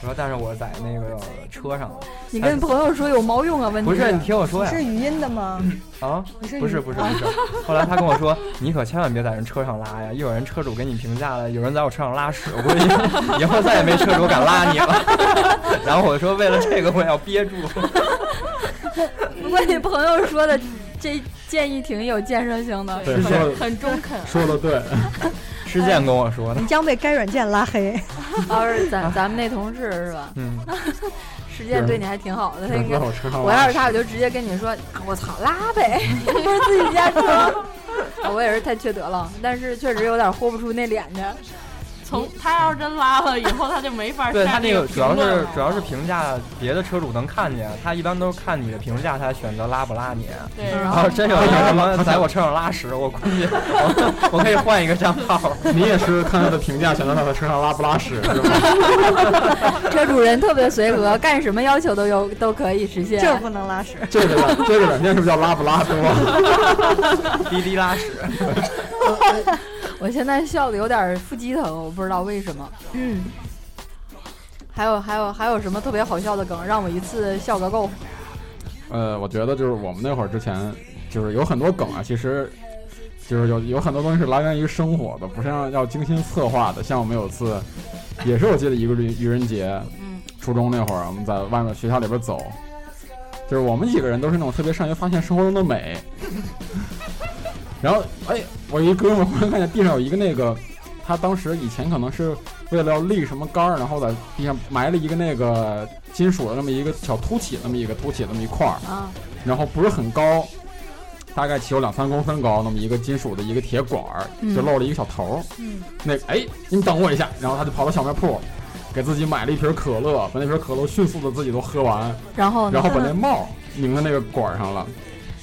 Speaker 2: 我说，但是我在那个车上了。
Speaker 1: 你跟朋友说有毛用啊？问题
Speaker 2: 不是，你听我
Speaker 5: 你
Speaker 2: 说呀
Speaker 5: 是语音的吗？
Speaker 1: 嗯
Speaker 2: 啊！
Speaker 5: 你是
Speaker 2: 不是
Speaker 5: 语
Speaker 2: 不是不是。后来他跟我说，你可千万别在人车上拉呀，一有人车主给你评价了，有人在我车上拉屎，我估计以后再也没车主敢拉你了。 然后我说，为了这个我要憋住。
Speaker 1: 不过你朋友说的这建议挺有建设性的。
Speaker 3: 对说的
Speaker 4: 很中
Speaker 1: 啊
Speaker 4: 肯。
Speaker 3: 说的对，
Speaker 2: 施健跟我说的
Speaker 5: 你，将被该软件拉黑。
Speaker 1: 要是咱咱们那同事是吧？
Speaker 2: 嗯，
Speaker 1: 实践对你还挺好的，他应该
Speaker 3: 在我车上
Speaker 1: 我
Speaker 3: 拉
Speaker 1: 要是他，我就直接跟你说，啊我操，拉呗， 不是自己家车。啊我也是太缺德了，但是确实有点豁不出那脸去。
Speaker 4: 从他要是真拉了以后，他就没法
Speaker 2: 对
Speaker 4: 下
Speaker 2: 他那个
Speaker 4: 个
Speaker 2: 主要
Speaker 4: 评论
Speaker 2: 是
Speaker 4: 了
Speaker 2: 主要是评价别的车主能看见，他一般都是看你的评价，他选择拉不拉你。啊
Speaker 4: 对，
Speaker 1: 嗯
Speaker 4: 然
Speaker 2: 然后
Speaker 4: 后
Speaker 2: 真有什么在我车上拉屎，我估计我我可以换一个账号。
Speaker 3: 你也是看他的评价，选择他的车上拉不拉屎是吗？
Speaker 1: 车主人特别随和，干什么要求都有都可以实现。
Speaker 5: 这不能拉屎。
Speaker 3: 这个软这个软件是不是叫拉布拉多？
Speaker 2: 滴滴拉屎，
Speaker 1: 我现在笑的有点腹肌疼，我不知道为什么。嗯，还有还有还有什么特别好笑的梗，让我一次笑个够？
Speaker 3: 呃，我觉得就是我们那会儿之前，就是有很多梗啊，其实就是有有很多东西是来源于生活的，不是要要精心策划的。像我们有次，也是我记得一个愚愚人节，
Speaker 4: 嗯，
Speaker 3: 初中那会儿，我们在外面学校里边走，就是我们几个人都是那种特别善于发现生活中的美。 然后，哎，我一哥们儿忽然看见地上有一个那个，他当时以前可能是为了要立什么杆儿，然后在地上埋了一个那个金属的那么一个小凸起那么一个凸起那么一块儿，
Speaker 1: 啊，
Speaker 3: 然后不是很高，大概只有两三公分高，那么一个金属的一个铁管儿，
Speaker 1: 嗯
Speaker 3: 就露了一个小头儿。
Speaker 5: 嗯，
Speaker 3: 那个哎，你们等我一下，然后他就跑到小卖铺，给自己买了一瓶可乐，把那瓶可乐迅速的自己都喝完，
Speaker 1: 然后
Speaker 3: 然
Speaker 1: 呢？
Speaker 3: 后把那帽拧在那个管儿上了。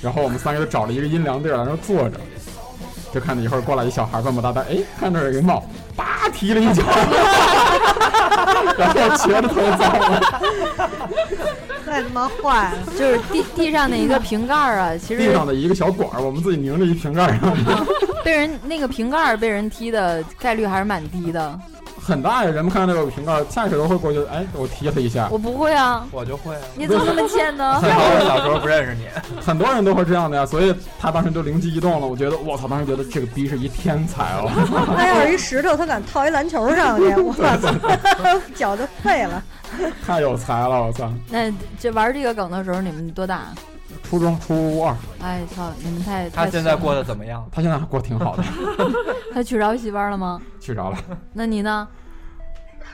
Speaker 3: 然后我们三个就找了一个阴凉地儿，在那儿坐着，就看着一会儿过来一小孩笨笨哒哒，哎，看这儿有一个帽，叭踢了一脚，然后瘸着头走了。
Speaker 5: 太他妈坏 了！
Speaker 1: 就是地地上的一个瓶盖儿啊，其
Speaker 3: 地
Speaker 1: 实
Speaker 3: 上的一个小管儿，我们自己拧着一瓶盖儿，然后
Speaker 1: 被人那个瓶盖儿被人踢的概率还是蛮低的。
Speaker 3: 很大呀。人们看到这个瓶盖儿，下意识都会过去，哎，我踢他一下。
Speaker 1: 我不会啊，
Speaker 2: 我就会 啊。
Speaker 1: 你怎么这么欠 呢？
Speaker 2: 幸好我小时候不认识你。
Speaker 3: 很多人都会这样的呀，所以他当时就灵机一动了。我觉得，我操，当时觉得这个逼是一天才哦。
Speaker 5: 他要哎是一石头，他敢套一篮球上 去，我操， 脚就废了。
Speaker 3: 太有才了，我操！
Speaker 1: 那这玩这个梗的时候，你们多大？啊
Speaker 3: 初中初二，
Speaker 1: 哎操，你们太
Speaker 2: 他
Speaker 1: 太
Speaker 2: 现在
Speaker 1: 损了
Speaker 2: 过得怎么样？
Speaker 3: 他现在还过得挺好的，
Speaker 1: 他娶着媳妇儿了吗？
Speaker 3: 去着了。
Speaker 1: 那你呢？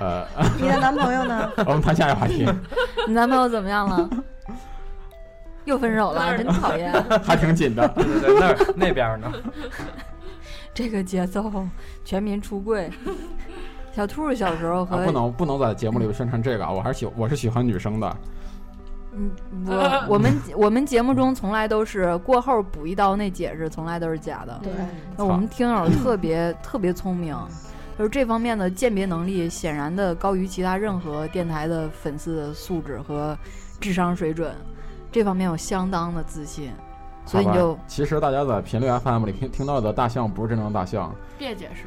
Speaker 3: 呃，
Speaker 5: 你的男朋友呢？
Speaker 3: 我们谈下一个 话题，
Speaker 1: 你男朋友怎么样 了？又分手了，真讨厌！
Speaker 3: 还挺紧的。
Speaker 2: 对对对，那儿那边呢？
Speaker 1: 这个节奏，全民出柜。小兔儿小时候
Speaker 3: 啊
Speaker 1: 和、
Speaker 3: 不能不能在节目里宣传这个啊！我还是喜我是喜欢女生的，
Speaker 1: 嗯，我我们我们节目中从来都是过后补一刀，那解释从来都是假的。
Speaker 5: 对，
Speaker 1: 那我们听友特别 特别聪明，就是这方面的鉴别能力显然的高于其他任何电台的粉丝的素质和智商水准，这方面我相当的自信，所以你
Speaker 3: 好吧
Speaker 1: 就
Speaker 3: 其实大家在频率 FM 里听听到的大象不是真正的大象，
Speaker 4: 别解释，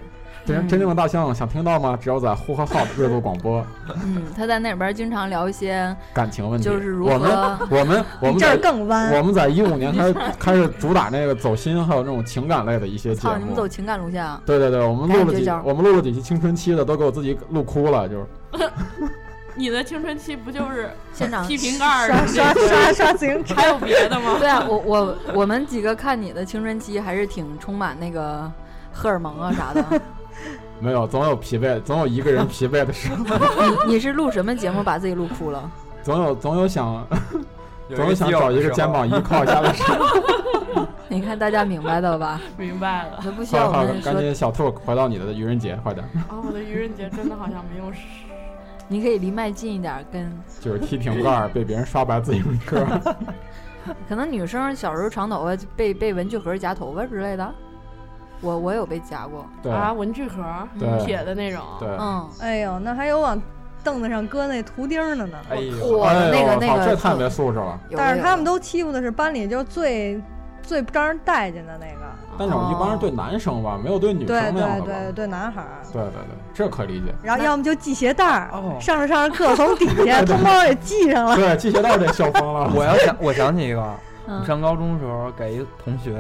Speaker 3: 真、
Speaker 1: 嗯
Speaker 3: 真正的大象想听到吗？只有在呼和浩特热度广播。
Speaker 1: 嗯，他在那边经常聊一些
Speaker 3: 感情问题，
Speaker 1: 就是如
Speaker 3: 我们
Speaker 1: 何
Speaker 3: 我们我们
Speaker 5: 这儿
Speaker 3: 在
Speaker 5: 更弯。
Speaker 3: 我们在一五年开始开始主打那个走心，还有那种情感类的一些节
Speaker 1: 操你们走
Speaker 3: 目。
Speaker 1: 情感路线啊，
Speaker 3: 对对对，我们录
Speaker 1: 赶紧
Speaker 3: 了
Speaker 1: 绝
Speaker 3: 几，
Speaker 1: 交
Speaker 3: 我们录了几期青春期的，都给我自己录哭了，就是
Speaker 4: 你的青春期不就是
Speaker 1: 现 场
Speaker 4: 踢瓶盖儿
Speaker 5: 刷刷 刷刷自行车，
Speaker 4: 还有别的吗？
Speaker 1: 对啊，我我我们几个看你的青春期还是挺充满那个荷尔蒙啊啥 的。
Speaker 3: 没有，总有疲惫，总有一个人疲惫的时候，
Speaker 1: 你你是录什么节目把自己录哭了？
Speaker 3: 总有总有想
Speaker 2: 有
Speaker 3: 总有想找一个肩膀依靠一下 的时候。
Speaker 1: 你看大家明白的了吧？
Speaker 4: 明白了。
Speaker 1: 都不需
Speaker 3: 好
Speaker 1: 要
Speaker 3: 了
Speaker 1: 我
Speaker 3: 好
Speaker 1: 们
Speaker 3: 了，赶
Speaker 1: 说，
Speaker 3: 紧小兔回到你的愚人节，快点，
Speaker 4: 啊，我的愚人节真的好像没有实
Speaker 1: 你可以离麦近一点，跟
Speaker 3: 就是踢瓶盖儿被别人刷白自行 车，
Speaker 1: 可能女生小时候长头发就被被文具盒夹头发之类的。我我有被夹过，
Speaker 3: 对
Speaker 4: 啊，文具盒
Speaker 3: 对
Speaker 4: 铁的那种，
Speaker 3: 对，
Speaker 1: 嗯，
Speaker 5: 哎呦，那还有往凳子上搁那图钉儿的呢。
Speaker 2: 哎呦，
Speaker 1: 我
Speaker 3: 哎
Speaker 1: 那
Speaker 3: 呦
Speaker 1: 个
Speaker 3: 我
Speaker 1: 那
Speaker 3: 操，
Speaker 1: 个哦
Speaker 3: 这太
Speaker 1: 特
Speaker 3: 没素质了。
Speaker 1: 有
Speaker 5: 但
Speaker 1: 有
Speaker 5: 是他们都欺负的是班里就是最最不招人待见的那个，
Speaker 3: 但是我们一般是对男生吧，没有对女生
Speaker 5: 对
Speaker 3: 那样
Speaker 5: 对
Speaker 3: 的吧。
Speaker 5: 对对，男孩儿。
Speaker 3: 对对对，这可理解。
Speaker 5: 然后要么就系鞋带儿，
Speaker 2: 哦
Speaker 5: 上着上着课从底下从包里系上 了。
Speaker 3: 对，系鞋带儿这校风了。
Speaker 2: 我要想，我想起一个，
Speaker 1: 嗯
Speaker 2: 我上高中的时候给一同学，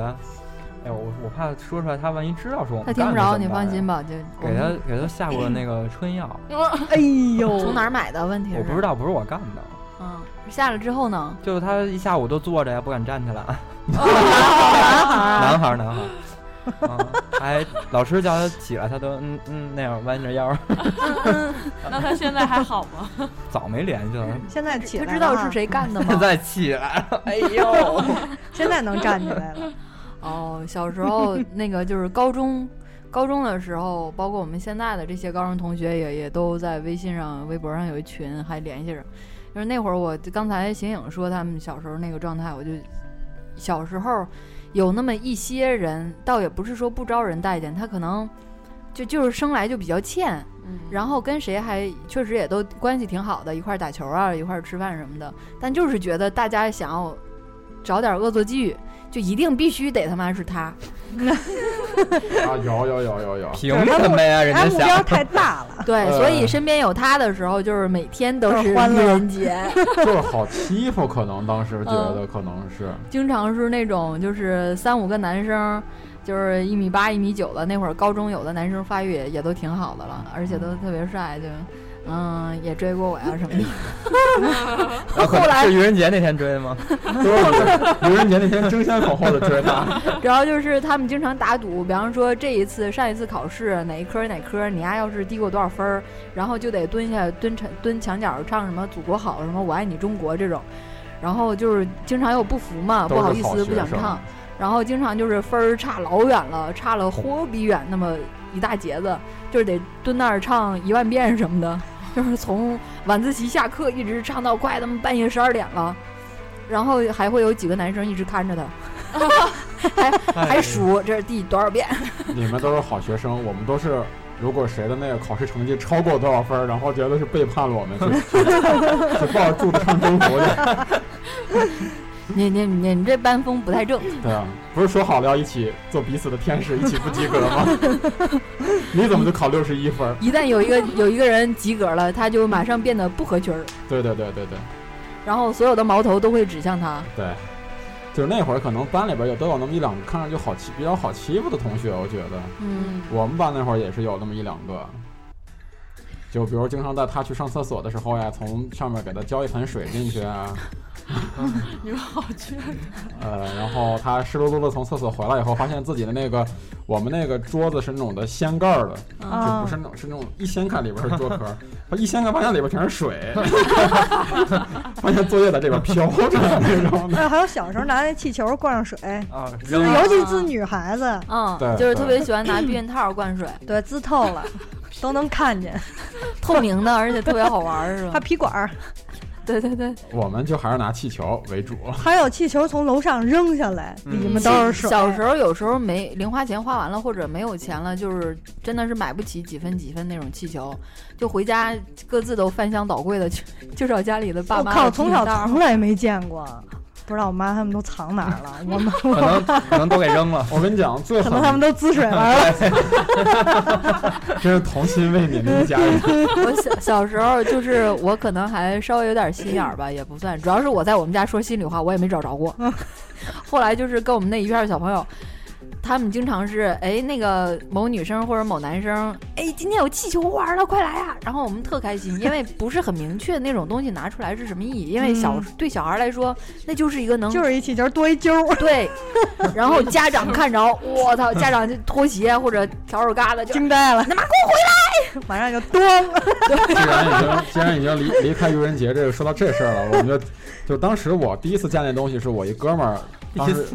Speaker 2: 哎呦，我我怕说出来，他万一知道说我
Speaker 1: 他
Speaker 2: 们
Speaker 1: 听不着，
Speaker 2: 干的
Speaker 1: 你
Speaker 2: 怎么办
Speaker 1: 放
Speaker 2: 呀
Speaker 1: 心。吧，就
Speaker 2: 给他给他下过那个春药，
Speaker 5: 哎呦，
Speaker 1: 从哪儿买的问题是
Speaker 2: 我不知道不是我干的，
Speaker 1: 嗯，下了之后呢？
Speaker 2: 就是他一下午都坐着呀，不敢站 起来。
Speaker 1: 哦啊，
Speaker 2: 男孩儿，男孩儿。啊，还老师叫他起来，他都嗯嗯那样弯着腰儿，
Speaker 4: 那他现在还好吗？
Speaker 2: 早没联系
Speaker 1: 嗯
Speaker 2: 了，
Speaker 5: 现在起
Speaker 1: 他
Speaker 5: 来
Speaker 1: 知道
Speaker 5: 了啊
Speaker 1: 是，谁干的
Speaker 2: 现
Speaker 1: 吗？
Speaker 2: 在起来了，哎呦，
Speaker 5: 现在能站起来了。
Speaker 1: 哦，小时候那个就是高中，高中的时候，包括我们现在的这些高中同学也也都在微信上、微博上有一群还联系着。就是那会儿我刚才邢颖说他们小时候那个状态，我就小时候有那么一些人，倒也不是说不招人待见，他可能就就是生来就比较欠，
Speaker 4: 嗯
Speaker 1: 然后跟谁还确实也都关系挺好的，一块儿打球啊，一块儿吃饭什么的。但就是觉得大家想要找点恶作剧，就一定必须得他妈是 他。
Speaker 3: 啊，有有有有
Speaker 1: 哦
Speaker 3: 有，
Speaker 2: 凭什么啊呀？人
Speaker 5: 他
Speaker 2: 家
Speaker 5: 目标
Speaker 2: 想，
Speaker 5: 太大了，
Speaker 1: 对，
Speaker 3: 呃
Speaker 1: 所以身边有他的时候，就是每天都是
Speaker 5: 很欢
Speaker 1: 愚
Speaker 5: 乐
Speaker 1: 人节，
Speaker 3: 就是好欺负，可能当时觉
Speaker 1: 嗯
Speaker 3: 得可能是，
Speaker 1: 经常是那种就是三五个男生。就是一米八、一米九的那会儿，高中有的男生发育也也都挺好的了，而且都特别帅，就，嗯，也追过我呀什么的。
Speaker 2: 然后
Speaker 1: 后来
Speaker 2: 是愚人节那天追的吗？
Speaker 3: 就是愚人节那天争先恐后的追他，
Speaker 1: 然后就是他们经常打赌，比方说这一次上一次考试哪一科哪科，你丫要是低过多少分儿，然后就得蹲下蹲墙蹲墙角唱什么“祖国好” 什么“我爱你中国”这种。然后就是经常有不服嘛，不
Speaker 3: 都
Speaker 1: 好
Speaker 3: 是
Speaker 1: 意
Speaker 3: 好
Speaker 1: 思不
Speaker 3: 学
Speaker 1: 想
Speaker 3: 生
Speaker 1: 唱，然后经常就是分儿差老远了，差
Speaker 3: 嗯
Speaker 1: 了豁比远那么一大截子，就是得蹲那儿唱一万遍什么的，就是从晚自习下课一直唱到快他们半夜十二点了，然后还会有几个男生一直看着他，还数这是第多少遍。
Speaker 3: 你们都是好学生，我们都是，如果谁的那个考试成绩超过多少分儿，然后觉得是背叛了我们，去去去报住唱征服去。
Speaker 1: 你你你你这班风不太正，
Speaker 3: 对啊，不是说好了要一起做彼此的天使，一起不及格吗？你怎么就考六十一分儿？
Speaker 1: 一旦有一个有一个人及格了，他就马上变得不合群儿，
Speaker 3: 对对对对对
Speaker 1: 然后所有的矛头都会指向他。
Speaker 3: 对，就是那会儿可能班里边有都有那么一两个看上去好欺比较好欺负的同学，我觉得
Speaker 1: 嗯，
Speaker 3: 我们班那会儿也是有那么一两个。就比如经常带他去上厕所的时候呀，从上面给他浇一盆水进去啊，
Speaker 4: 你们好缺德。
Speaker 3: 呃，然后他湿漉漉的从厕所回来以后，发现自己的那个我们那个桌子是那种的掀盖儿的，就
Speaker 5: 啊
Speaker 3: 不是那种是那种一掀开里边是桌壳儿，他一掀开发现里边全是水， 发现作业在这边飘着那种的。
Speaker 5: 哎，还有小时候拿那气球灌上水，
Speaker 2: 啊，
Speaker 5: 就
Speaker 2: 扔
Speaker 5: 是
Speaker 2: 了
Speaker 5: 尤其是女孩子，
Speaker 1: 嗯
Speaker 3: 对，
Speaker 1: 就是
Speaker 3: 对
Speaker 1: 特别喜欢拿避孕套灌 水，
Speaker 5: 对，滋透了，都能看见。
Speaker 1: 透明的，而且特别好玩儿，是
Speaker 5: 还
Speaker 1: 吧？
Speaker 5: 皮管儿，
Speaker 1: 对对对，
Speaker 3: 我们就还是拿气球为主，
Speaker 5: 还有气球从楼上扔下来，
Speaker 2: 嗯
Speaker 5: 里面都是水。
Speaker 1: 小时候有时候没零花钱花完了，或者没有钱了，就是真的是买不起几分几分那种气球，就回家各自都翻箱倒柜的去， 就找家里的爸
Speaker 5: 我
Speaker 1: 妈。
Speaker 5: 靠，从小从来没见过，不知道我妈他们都藏哪儿了。 我们
Speaker 2: 可能可能都给 扔了。
Speaker 3: 我跟你讲，最
Speaker 5: 可能他们
Speaker 3: 狠
Speaker 5: 都滋水玩了。
Speaker 3: 真是童心未泯的一家人。
Speaker 1: 我小小时候就是我可能还稍微有点心眼儿吧，也不算，主要是我在我们家说心里话，我也没找着过。
Speaker 5: 嗯
Speaker 1: 后来就是跟我们那一片儿小朋友，他们经常是哎那个某女生或者某男生，哎今天有气球玩了，快来呀、然后我们特开心，因为不是很明确那种东西拿出来是什么意义，因为小、对小孩儿来说那就是一个能
Speaker 5: 嗯就是一气球多一揪儿，
Speaker 1: 对，然后家长看着，我操，家长就脱鞋或者挑手疙瘩就
Speaker 5: 惊呆了，他妈给我回来！马 上就咚，
Speaker 3: 既然已经既然已经离离开愚人节这个说到这事儿了，我们就就当时我第一次见那东西是我一哥们儿，当时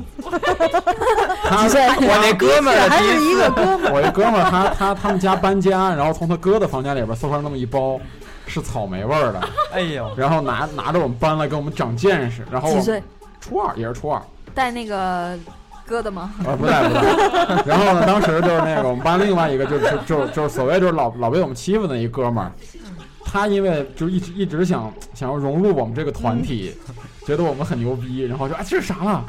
Speaker 3: 他
Speaker 1: 岁
Speaker 2: 我那哥们儿
Speaker 5: 还
Speaker 2: 第
Speaker 5: 是
Speaker 2: 一
Speaker 5: 一个哥们儿。
Speaker 3: 我一哥们儿，他他他们家搬家，然后从他哥的房间里边搜出来那么一包，是草莓味儿的，
Speaker 2: 哎呦，
Speaker 3: 然后拿拿着我们搬来给我们长见识，然后我
Speaker 1: 几岁
Speaker 3: 初二也是初二，
Speaker 1: 带那个疙瘩吗？
Speaker 3: 啊不在不在，然后呢，当时就是那个我们班另外一个就是就就就是所谓就是老老被我们欺负的一哥们儿，他因为就一直一直想想要融入我们这个团体， 觉得我们很牛逼，然后就啊这是啥了？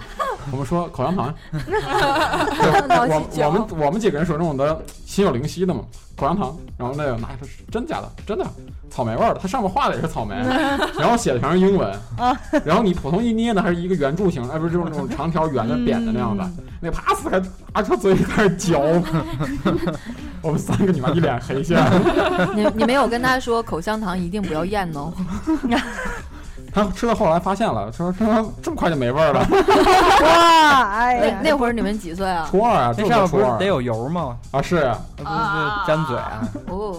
Speaker 3: 我们说口香糖，啊我我们我们几个人属于那种的心有灵犀的嘛，口香糖，然后那个拿着真假的，真的草莓味儿的，它上面画的也是草莓， 然后写的全是英文
Speaker 5: 啊，
Speaker 3: 然后你普通一捏呢，还是一个圆柱形，哎，不是就是那种长条圆的扁的那样的， 那啪撕开，拿出嘴里开始嚼， 我们三个你妈一脸黑线，
Speaker 1: 你你没有跟他说口香糖一定不要咽哦。
Speaker 3: 他吃到后来发现了，说说这么快就没味儿了，
Speaker 5: 哇，哎
Speaker 1: 那
Speaker 5: 呀，
Speaker 1: 那会儿你们几岁啊？
Speaker 3: 初二啊，这
Speaker 2: 那上面
Speaker 3: 初
Speaker 2: 不是
Speaker 3: 二
Speaker 2: 得有油吗？
Speaker 3: 啊是
Speaker 2: 那不是粘嘴啊？
Speaker 1: 哦，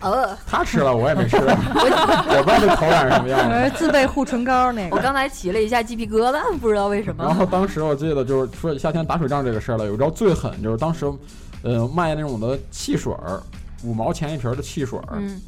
Speaker 1: 呃，
Speaker 3: 他吃了，我也没 吃，我不知道这口感是什么样的。
Speaker 5: 我是自备护唇膏那
Speaker 1: 我
Speaker 5: 个，
Speaker 1: 刚才起了一下鸡皮疙瘩，不知道为什
Speaker 3: 然
Speaker 1: 么。
Speaker 3: 后当时我记得就是说夏天打水仗这个事儿了，有一招最狠，就是当时，呃，卖那种的汽水儿，五毛钱一瓶儿的汽水儿，
Speaker 1: 嗯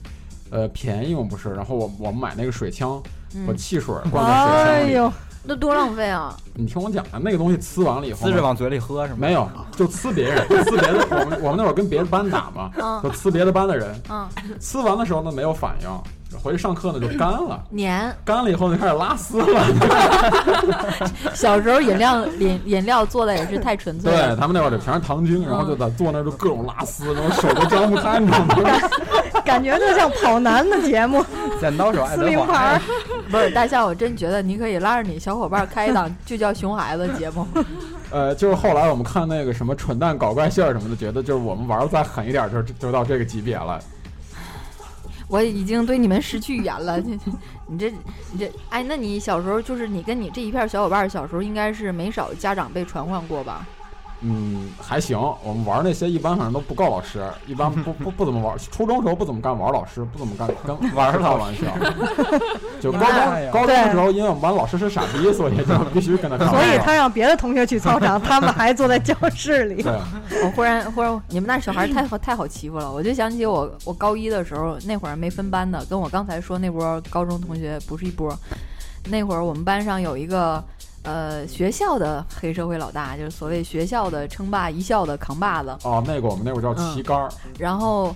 Speaker 3: 呃，便宜我不是，然后我我们买那个水枪，把
Speaker 1: 嗯，
Speaker 3: 汽水儿灌在
Speaker 5: 哎
Speaker 3: 水枪里，
Speaker 5: 呦，
Speaker 1: 那多浪费啊！
Speaker 3: 你听我讲啊，那个东西呲完了以后
Speaker 2: 呲
Speaker 3: 呢，
Speaker 2: 着往嘴里喝是吗？
Speaker 3: 没有，就呲别人，呲别的，我们我们那会儿跟别的班打嘛，
Speaker 1: 嗯
Speaker 3: 就呲别的班的人，
Speaker 1: 嗯，
Speaker 3: 呲完的时候呢没有反应，回去上课呢就干了，
Speaker 1: 粘。
Speaker 3: 干了以后就开始拉丝了，
Speaker 1: 小时候饮料饮饮料做的也是太纯粹
Speaker 3: 对
Speaker 1: 了。
Speaker 3: 他们那会儿就全是糖精，然后就在坐那儿就各种拉丝，然后手都张不开，你知道吗？
Speaker 5: 感觉就像跑男的节 目，
Speaker 2: 剪刀手爱
Speaker 5: 撕
Speaker 2: 德
Speaker 5: 名牌
Speaker 2: 华
Speaker 5: 儿。，
Speaker 1: 不是大象，我真觉得你可以拉着你小伙伴开一档就叫《熊孩子》节目。
Speaker 3: 呃，就是后来我们看那个什么蠢蛋搞怪事儿什么的，觉得就是我们玩的再狠一点儿就，就就到这个级别了。
Speaker 1: 我已经对你们失去语言了。 你你这你这，哎，那你小时候就是你跟你这一片小伙伴，小时候应该是没少家长被传唤过吧？
Speaker 3: 嗯，还行。我们玩那些一般反正都不告老师，一般不不不怎么玩。初中时候不怎么干玩老师，不怎么干跟玩他玩笑。就高
Speaker 2: 哎
Speaker 3: 中
Speaker 2: 呀
Speaker 3: 高中的时候，因为我们班老师是傻逼，所以就必须
Speaker 1: 哎
Speaker 3: 跟他干玩
Speaker 5: 所
Speaker 3: 笑。
Speaker 5: 以他让别的同学去操场，他们还坐在教室里。
Speaker 3: 对，
Speaker 1: 我忽然忽然，你们那小孩儿太好太好欺负了，我就想起我我高一的时候，那会儿没分班的，跟我刚才说那波高中同学不是一波。那会儿我们班上有一个呃学校的黑社会老大，就是所谓学校的称霸一校的扛把子。
Speaker 3: 哦，那个我们那会儿叫旗杆儿，
Speaker 1: 然后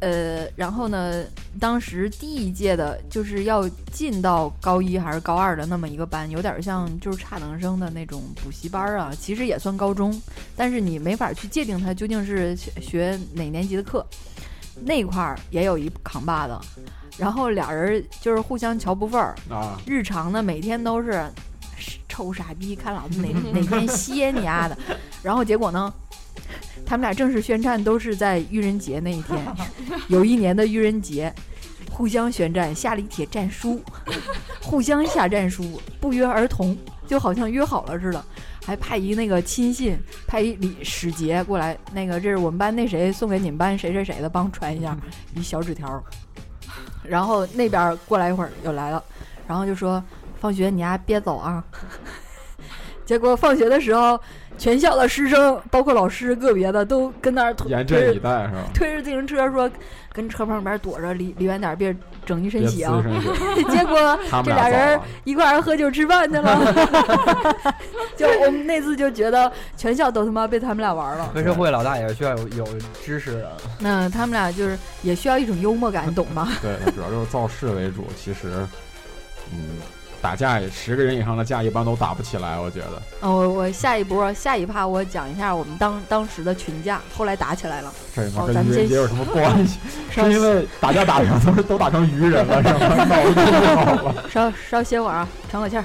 Speaker 1: 呃，然后呢，当时第一届的就是要进到高一还是高二的那么一个班，有点像就是差等生的那种补习班啊，其实也算高中，但是你没法去界定它究竟是学学哪年级的课。那块儿也有一扛把子，然后俩人就是互相瞧不顺儿，
Speaker 3: 啊，
Speaker 1: 日常呢每天都是是臭傻逼，看老子哪哪天歇你丫的。然后结果呢，他们俩正式宣战都是在愚人节那一天，有一年的愚人节。互相宣战，下了一帖战书， 互相下战书，不约而同，就好像约好了似的，还派一那个亲信，派一李使节过来，那个这是我们班那谁送给你们班谁谁谁的，帮传一下一小纸条儿。然后那边儿过来一会儿又来了，然后就说：“放学你丫别走啊！” 结果放学的时候，全校的师生，包括老师个别的，都跟那儿推
Speaker 3: 严
Speaker 1: 推
Speaker 3: 阵以
Speaker 1: 着
Speaker 3: 待是吧？
Speaker 1: 推着自行车说：“跟车旁边躲着，离离远点儿，别整一身
Speaker 3: 别
Speaker 1: 血
Speaker 3: 呲
Speaker 1: 啊
Speaker 3: 身血！”
Speaker 1: 结果
Speaker 3: 他
Speaker 1: 这
Speaker 3: 们
Speaker 1: 俩
Speaker 3: 走
Speaker 1: 人
Speaker 3: 了。
Speaker 1: 一块儿喝酒吃饭去了。 就我们那次就觉得全校都他妈被他们俩玩了。
Speaker 2: 黑社会老大也需要有有知识的，
Speaker 1: 那他们俩就是也需要一种幽默感，你懂吗？
Speaker 3: 对，主要就是造势为主。其实，嗯，打架也十个人以上的架一般都打不起来，我觉得。
Speaker 1: 嗯，我我下一波下一趴我讲一下我们当当时的群架，后来打起来了。
Speaker 3: 这他妈
Speaker 1: 哦
Speaker 3: 跟
Speaker 1: 咱
Speaker 3: 愚
Speaker 1: 们
Speaker 3: 人
Speaker 1: 先
Speaker 3: 节有什么 关系？
Speaker 1: 稍
Speaker 3: 是因为打架打成都是都打成愚人了，是吗？脑子不好了。
Speaker 1: 稍稍歇会儿啊，喘口气儿。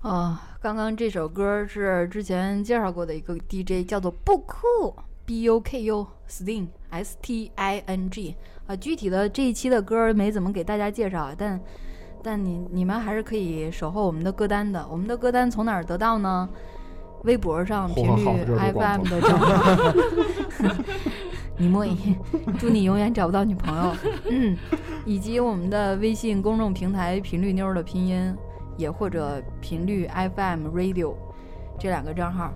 Speaker 1: 啊刚刚这首歌是之前介绍过的一个 DJ，叫做不酷 B U K U Sting S T I N G 啊。具体的这一期的歌没怎么给大家介绍，啊但但你你们还是可以守候我们的歌单的。我们的歌单从哪儿得到呢？微博上
Speaker 3: 嚯
Speaker 1: 频率
Speaker 3: 好这是官
Speaker 1: FM 的账号。 你莫言，祝你永远找不到女朋友。嗯，以及我们的微信公众平台“频率妞儿”的拼音，也或者频率 FM Radio 这两个账号。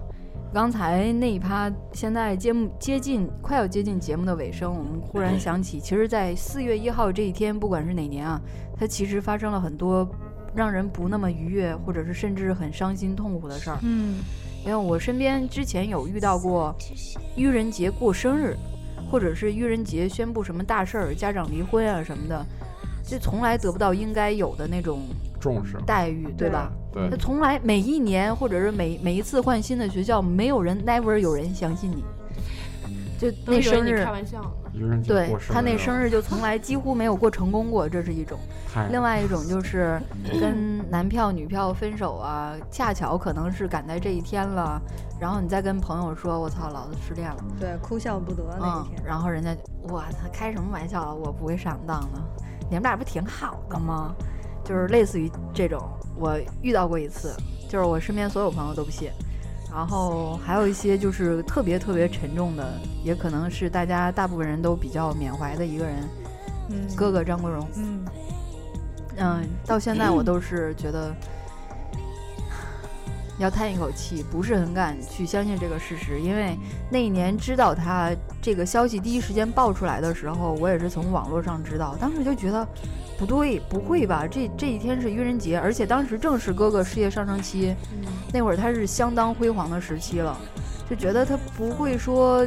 Speaker 1: 刚才那一趴，现在节目接近快要接近节目的尾声，我们忽然想起，其实，在四月一号这一天，不管是哪年啊，它其实发生了很多让人不那么愉悦，或者是甚至很伤心痛苦的事儿。
Speaker 5: 嗯，
Speaker 1: 因为我身边之前有遇到过愚人节过生日，或者是愚人节宣布什么大事儿，家长离婚啊什么的，这从来得不到应该有的那种
Speaker 3: 重视，
Speaker 1: 待遇，对吧？
Speaker 3: 对
Speaker 1: 他，从来每一年或者是每每一次换新的学校，没有人 never 有人相信你，就
Speaker 4: 都
Speaker 1: 那
Speaker 4: 以为
Speaker 1: 生
Speaker 4: 你
Speaker 1: 日
Speaker 4: 开。玩笑呢。
Speaker 3: 愚人节
Speaker 1: 对
Speaker 3: 过生
Speaker 1: 他那生
Speaker 3: 日
Speaker 1: 日就从来几乎没有过成功过，这是一种。
Speaker 3: 太
Speaker 1: 另外一种就是跟男票、女票分手啊，恰巧可能是赶在这一天了，然后你再跟朋友说：“我操，老子失恋了。
Speaker 5: 对，哭笑不得”那
Speaker 1: 嗯
Speaker 5: 一天，。
Speaker 1: 然后人家就我操，开什么玩笑啊，我不会上当的，你们俩不挺好的吗？就是类似于这种，我遇到过一次，就是我身边所有朋友都不信。然后还有一些就是特别特别沉重的，也可能是大家大部分人都比较缅怀的一个人，
Speaker 5: 嗯，
Speaker 1: 哥，哥张国荣。
Speaker 5: 嗯，
Speaker 1: 嗯，到现在我都是觉得要叹一口气，不是很敢去相信这个事实，因为那一年知道他这个消息第一时间爆出来的时候，我也是从网络上知道，当时就觉得不对，不会吧？这这一天是愚人节，而且当时正是哥哥事业上升期，那会儿他是相当辉煌的时期了，就觉得他不会说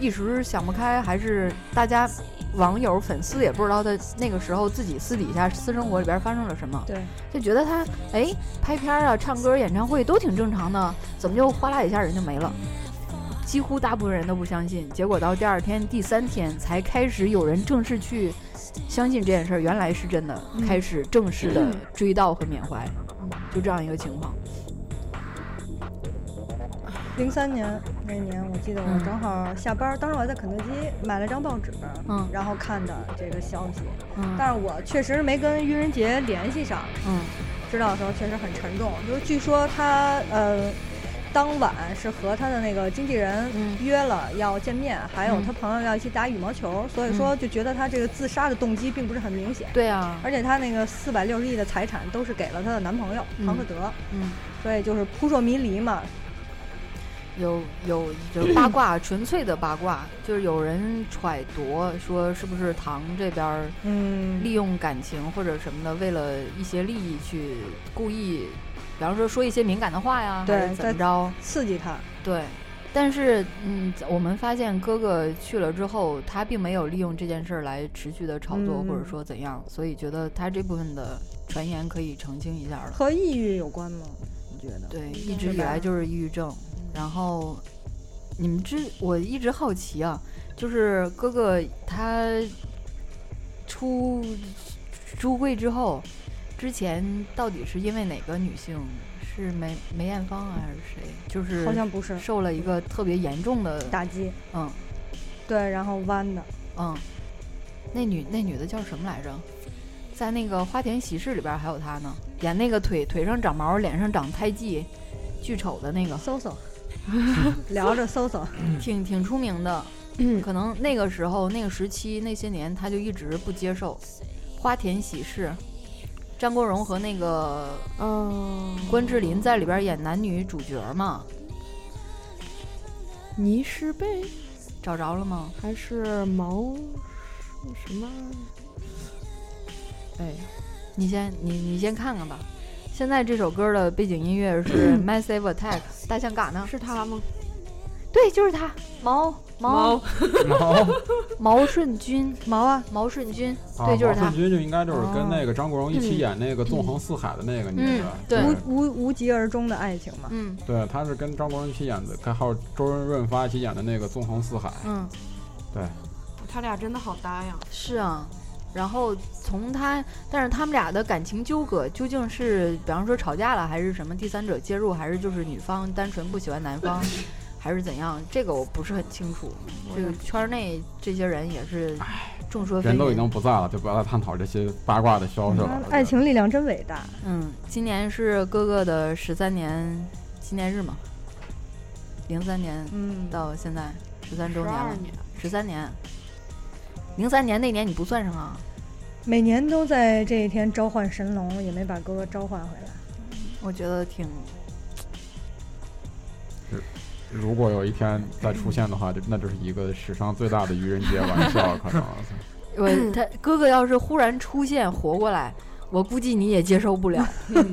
Speaker 1: 一时想不开，还是大家网友粉丝也不知道他那个时候自己私底下私生活里边发生了什么，
Speaker 5: 对，
Speaker 1: 就觉得他哎拍片儿啊、唱歌、演唱会都挺正常的，怎么就哗啦一下人就没了？几乎大部分人都不相信，结果到第二天、第三天才开始有人正式去相信这件事儿原来是真的，
Speaker 5: 嗯
Speaker 1: 开始正式的追悼和缅怀，就这样一个情况。
Speaker 5: 零三年那年，我记得我
Speaker 1: 嗯
Speaker 5: 正好下班，当时我还在肯德基买了张报纸，
Speaker 1: 嗯
Speaker 5: 然后看的这个消息，
Speaker 1: 嗯
Speaker 5: 但是我确实没跟愚人节联系上，
Speaker 1: 嗯
Speaker 5: 知道的时候确实很沉重。就是据说他呃，当晚是和他的那个经纪人
Speaker 1: 嗯
Speaker 5: 约了要见面，还有
Speaker 1: 嗯
Speaker 5: 他朋友要一起打羽毛球，所以说就觉得他这个自杀的动机并不是很明显。
Speaker 1: 对啊，
Speaker 5: 而且他那个四百六十亿的财产都是给了她的男朋友
Speaker 1: 嗯
Speaker 5: 庞克德，
Speaker 1: 嗯，
Speaker 5: 所以就是扑朔迷离嘛。
Speaker 1: 有有就是八卦，纯粹的八卦，就是有人揣度说是不是唐这边儿
Speaker 5: 嗯，
Speaker 1: 利用感情或者什么的，为了一些利益去故意，比方说说一些敏感的话呀，
Speaker 5: 对
Speaker 1: 还是怎么着？
Speaker 5: 刺激他，
Speaker 1: 对。但是，嗯，我们发现哥哥去了之后，他并没有利用这件事儿来持续的炒作，
Speaker 5: 嗯
Speaker 1: 或者说怎样，所以觉得他这部分的传言可以澄清一下了。
Speaker 5: 和抑郁有关吗？你觉得？
Speaker 1: 对，
Speaker 4: 应
Speaker 5: 嗯
Speaker 1: 一直
Speaker 4: 该
Speaker 5: 是
Speaker 1: 以
Speaker 5: 吧
Speaker 1: 来就是抑郁症。然后你们知，我一直好奇啊，就是哥哥他出出柜之后，之前到底是因为哪个女性？是梅梅艳芳啊，还是谁？就是
Speaker 5: 好像不是
Speaker 1: 受了一个特别严重的，
Speaker 5: 打击，
Speaker 1: 嗯
Speaker 5: 对，然后弯的，
Speaker 1: 嗯，那女那女的叫什么来着？在那个《花田喜事》里边还有她呢，演那个腿腿上长毛，脸上长胎记，巨丑的那个。
Speaker 5: 搜 搜，聊着搜搜，
Speaker 1: 挺挺出名的， 可能那个时候、那个时期、那些年，他就一直不接受花田喜事。张国荣和那个
Speaker 4: 哦
Speaker 6: 嗯，
Speaker 1: 关之琳在里边演男女主角嘛，
Speaker 6: 泥石贝
Speaker 1: 找着了吗？
Speaker 6: 还是毛什么？哎，
Speaker 1: 你先你你先看看吧。现在这首歌的背景音乐是 Massive Attack 大象嘎呢？
Speaker 6: 是他吗？
Speaker 1: 对，就是他，毛毛
Speaker 3: 毛，
Speaker 1: 毛顺君，
Speaker 5: 毛啊，
Speaker 1: 毛顺君，
Speaker 3: 啊
Speaker 1: 对，就是
Speaker 3: 毛
Speaker 1: 他
Speaker 3: 舜。筠就应该就是
Speaker 1: 哦
Speaker 3: 跟那个张国荣一起演那个《纵横四海》的那个女
Speaker 1: 嗯
Speaker 3: 的，
Speaker 1: 对
Speaker 3: 对
Speaker 5: 无无无疾而终的爱情嘛。
Speaker 1: 嗯
Speaker 3: 对，她是跟张国荣一起演的，跟还有周润发
Speaker 1: 哦
Speaker 3: 一起演的那个《纵横四海》，
Speaker 1: 嗯，
Speaker 3: 对，
Speaker 4: 他俩真的好搭呀！
Speaker 1: 是啊，然后从他，但是他们俩的感情纠葛究竟是，比方说吵架了，还是什么第三者介入，还是就是女方单纯不喜欢男方，还是怎样？这个我不是很清楚。这个圈儿内这些人也是众说纷
Speaker 3: 人都已
Speaker 1: 纭。
Speaker 3: 经不在了，就不要再探讨这些八卦的消息了。我觉得
Speaker 5: 爱情力量真伟大。
Speaker 1: 嗯，今年是哥哥的十三年纪念日嘛，零三年
Speaker 5: 嗯，
Speaker 1: 到现在十三周
Speaker 4: 十
Speaker 1: 年
Speaker 4: 二
Speaker 1: 了，
Speaker 4: 年，
Speaker 1: 十三年。零三年那年你不算上啊？
Speaker 5: 每年都在这一天召唤神龙，也没把哥哥召唤回来。
Speaker 1: 我觉得挺
Speaker 3: 如果有一天再出现的话，就那就是一个史上最大的愚人节玩笑，可 能。
Speaker 1: 我他哥哥要是忽然出现活过来，我估计你也接受不了。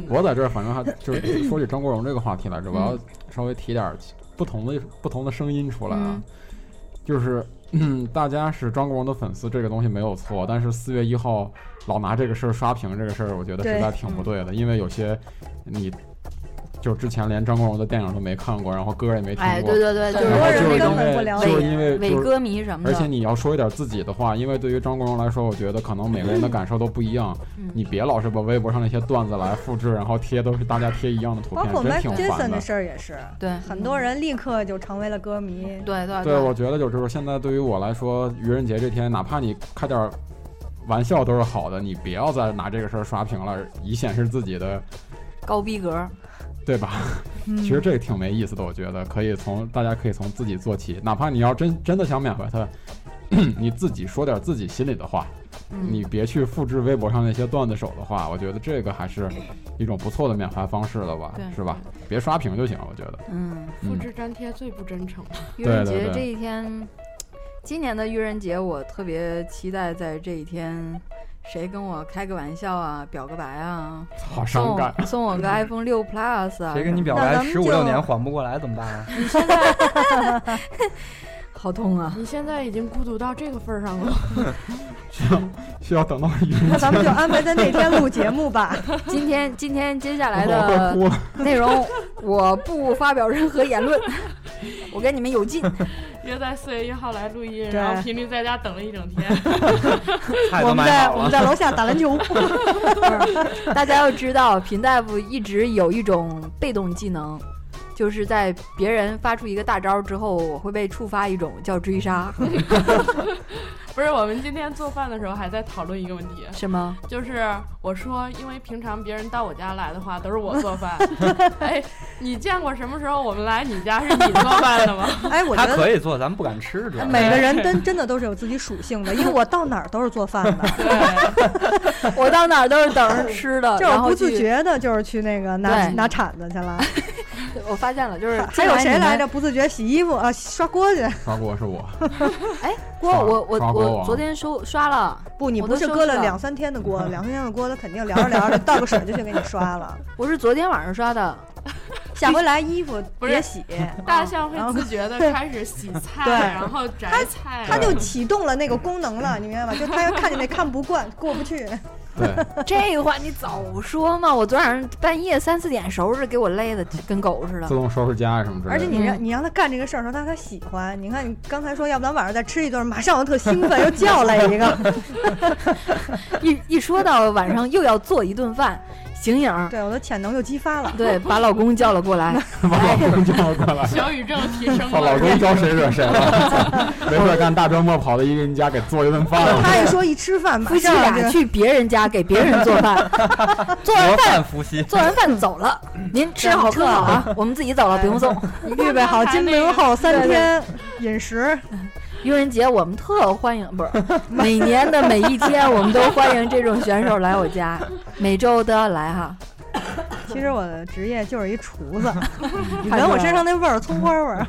Speaker 3: 我在这儿，反正还就是说起张国荣这个话题来着，我 要稍微提点儿不同的不同的声音出来啊
Speaker 1: 嗯。
Speaker 3: 就是嗯大家是张国荣的粉丝，这个东西没有错，但是四月一号老拿这个事儿刷屏，这个事儿我觉得实在挺不对
Speaker 1: 嗯
Speaker 3: 的，因为有些你就之前连张国荣的电影都没看过，然后歌儿也没听过，
Speaker 1: 哎，对对对，就
Speaker 5: 很
Speaker 1: 是
Speaker 5: 多人
Speaker 1: 那
Speaker 5: 根
Speaker 1: 种
Speaker 5: 本不了
Speaker 3: 就
Speaker 5: 解
Speaker 3: 是因为
Speaker 1: 伪
Speaker 3: 就是
Speaker 1: 歌迷
Speaker 5: 嗯
Speaker 1: 什么
Speaker 3: 而且
Speaker 1: 的。
Speaker 3: 你要说一点自己的话，因为对于张国荣来说，我觉得可能每个人的感受都不一样。
Speaker 1: 嗯
Speaker 3: 你别老是把微博上那些段子来复制，然后贴都是大家贴一样的图
Speaker 5: 包
Speaker 3: 片，
Speaker 5: 括
Speaker 3: 真
Speaker 5: Mike
Speaker 3: 挺
Speaker 5: Jackson
Speaker 3: 烦
Speaker 5: 的
Speaker 3: 的。
Speaker 5: 事儿也是，
Speaker 1: 对
Speaker 5: 很多人立刻就成为了歌迷。
Speaker 1: 对对
Speaker 3: 对，我觉得就是现在对于我来说，愚人节这天，哪怕你开点玩笑都是好的，你不要再拿这个事儿刷屏了，以显示自己的，
Speaker 1: 高逼格。
Speaker 3: 对吧？
Speaker 5: 嗯
Speaker 3: 其实这个挺没意思的，我觉得可以从大家可以从自己做起，哪怕你要真真的想缅怀他， 你自己说点自己心里的话，
Speaker 1: 嗯
Speaker 3: 你别去复制微博上那些段子手的话，我觉得这个还是一种不错的缅怀方式了吧
Speaker 1: 对，
Speaker 3: 是吧？别刷屏就行，我觉得。
Speaker 1: 嗯，
Speaker 4: 复
Speaker 3: 嗯，
Speaker 4: 制粘贴最不真诚。
Speaker 1: 愚人
Speaker 3: 对
Speaker 1: 节
Speaker 3: 对
Speaker 1: 这一天，今年的愚人节我特别期待在这一天，谁跟我开个玩笑啊，表个白啊，
Speaker 3: 好
Speaker 1: 送
Speaker 3: 伤感。
Speaker 1: 我送 我个 iPhone 六 Plus 啊，
Speaker 2: 谁跟你表
Speaker 5: 那
Speaker 2: 白
Speaker 5: 咱们
Speaker 2: 十五六
Speaker 5: 就
Speaker 2: 年缓不过来怎么办啊？
Speaker 1: 好痛 啊！
Speaker 4: 你现在已经孤独到这个份儿上了，
Speaker 3: 需要等到愚人
Speaker 5: 那咱们就安排在那天录节目吧。
Speaker 1: 今天今天接下来
Speaker 3: 我快
Speaker 1: 的
Speaker 3: 哭了。
Speaker 1: 内容，我不发表任何言论， 我跟你们有劲。
Speaker 4: 约在四月一号来录音，
Speaker 5: 对
Speaker 4: 然后频率在家等了一整天。
Speaker 5: 我
Speaker 2: 菜都
Speaker 5: 们
Speaker 2: 买
Speaker 5: 在
Speaker 2: 好
Speaker 5: 我
Speaker 2: 了
Speaker 5: 们。在楼下打篮球。
Speaker 1: 大家要知道，平大夫一直有一种被动技能，就是在别人发出一个大招之后，我会被触发一种叫追 杀，
Speaker 4: 不是，我们今天做饭的时候还在讨论一个问题，
Speaker 1: 是吗？
Speaker 4: 就是我说，因为平常别人到我家来的话都是我做 饭，哎，你见过什么时候我们来你家是你做饭 的吗？
Speaker 5: 哎，我
Speaker 2: 他
Speaker 5: 觉得
Speaker 2: 可以做，咱们不敢吃，主要
Speaker 5: 每个人真真的都是有自己属性的，因为我到哪儿都是做饭的，
Speaker 4: 对，
Speaker 1: 我到哪儿都是等着吃 的，
Speaker 5: 就是
Speaker 1: 然后
Speaker 5: 不自
Speaker 1: 去。
Speaker 5: 觉的，就是呃去那个拿
Speaker 1: 对
Speaker 5: 拿铲子去 了。
Speaker 1: 我发现了，就是
Speaker 5: 还有谁来
Speaker 1: 着？
Speaker 5: 着？不自觉洗衣服啊，刷锅去。
Speaker 3: 刷锅 是我，
Speaker 1: 锅，我我
Speaker 3: 刷锅
Speaker 1: 我
Speaker 3: 王
Speaker 1: 昨天收刷了，
Speaker 5: 不，你
Speaker 1: 我
Speaker 5: 不
Speaker 1: 都
Speaker 5: 是
Speaker 1: 收
Speaker 5: 搁
Speaker 1: 拾
Speaker 5: 了
Speaker 1: 了
Speaker 5: 两三天的 锅，两三天的锅，它肯定聊着聊着倒个水就去给你刷 了。
Speaker 1: 我是昨天晚上刷的。
Speaker 5: 下回来衣服
Speaker 4: 不是
Speaker 5: 别 洗，
Speaker 4: 大象会自觉的开始洗菜，
Speaker 5: 对
Speaker 4: 然后摘菜，
Speaker 5: 它就启动了那个功能了，你明白吗？就它要看见那看不惯、过不去，
Speaker 3: 对，
Speaker 1: 这话你早说嘛！我昨晚上半夜三四点收拾，给我累的跟狗似
Speaker 3: 自
Speaker 1: 的。
Speaker 3: 动收拾家啊什么之
Speaker 5: 而且
Speaker 3: 类 的。
Speaker 5: 你让你让它干这个事儿的时候，它它喜欢。你看你刚才说，要不咱晚上再吃一顿，马上我特兴奋，又叫来一 个。
Speaker 1: 一一说到晚上又要做一顿饭，醒影儿
Speaker 5: 对我的潜能又激发了。
Speaker 1: 对把老公叫了过来，
Speaker 3: 把老公叫过来，
Speaker 4: 小宇宙提升
Speaker 3: 把 老
Speaker 4: 了。
Speaker 3: 公招谁惹 谁了？没事儿干，大周末跑到一个人家给做一顿饭了。
Speaker 5: 他一说一吃饭，马
Speaker 1: 夫妻
Speaker 5: 上
Speaker 1: 俩
Speaker 5: 就
Speaker 1: 去别人家给别人做 饭，做完
Speaker 2: 模
Speaker 1: 饭
Speaker 2: 范夫妻。
Speaker 1: 做完饭走了，
Speaker 5: 嗯
Speaker 1: 您吃好喝好啊，我们自己走了，不用送。
Speaker 5: 预备好金陵后三天饮食。
Speaker 1: 愚人节我们特欢迎，不是每年的每一天我们都欢迎这种选手来我家，每周都要来哈。
Speaker 5: 其实我的职业就是一厨子，你
Speaker 1: 看
Speaker 5: 闻我
Speaker 1: 出来
Speaker 5: 身上那味儿，葱花味儿。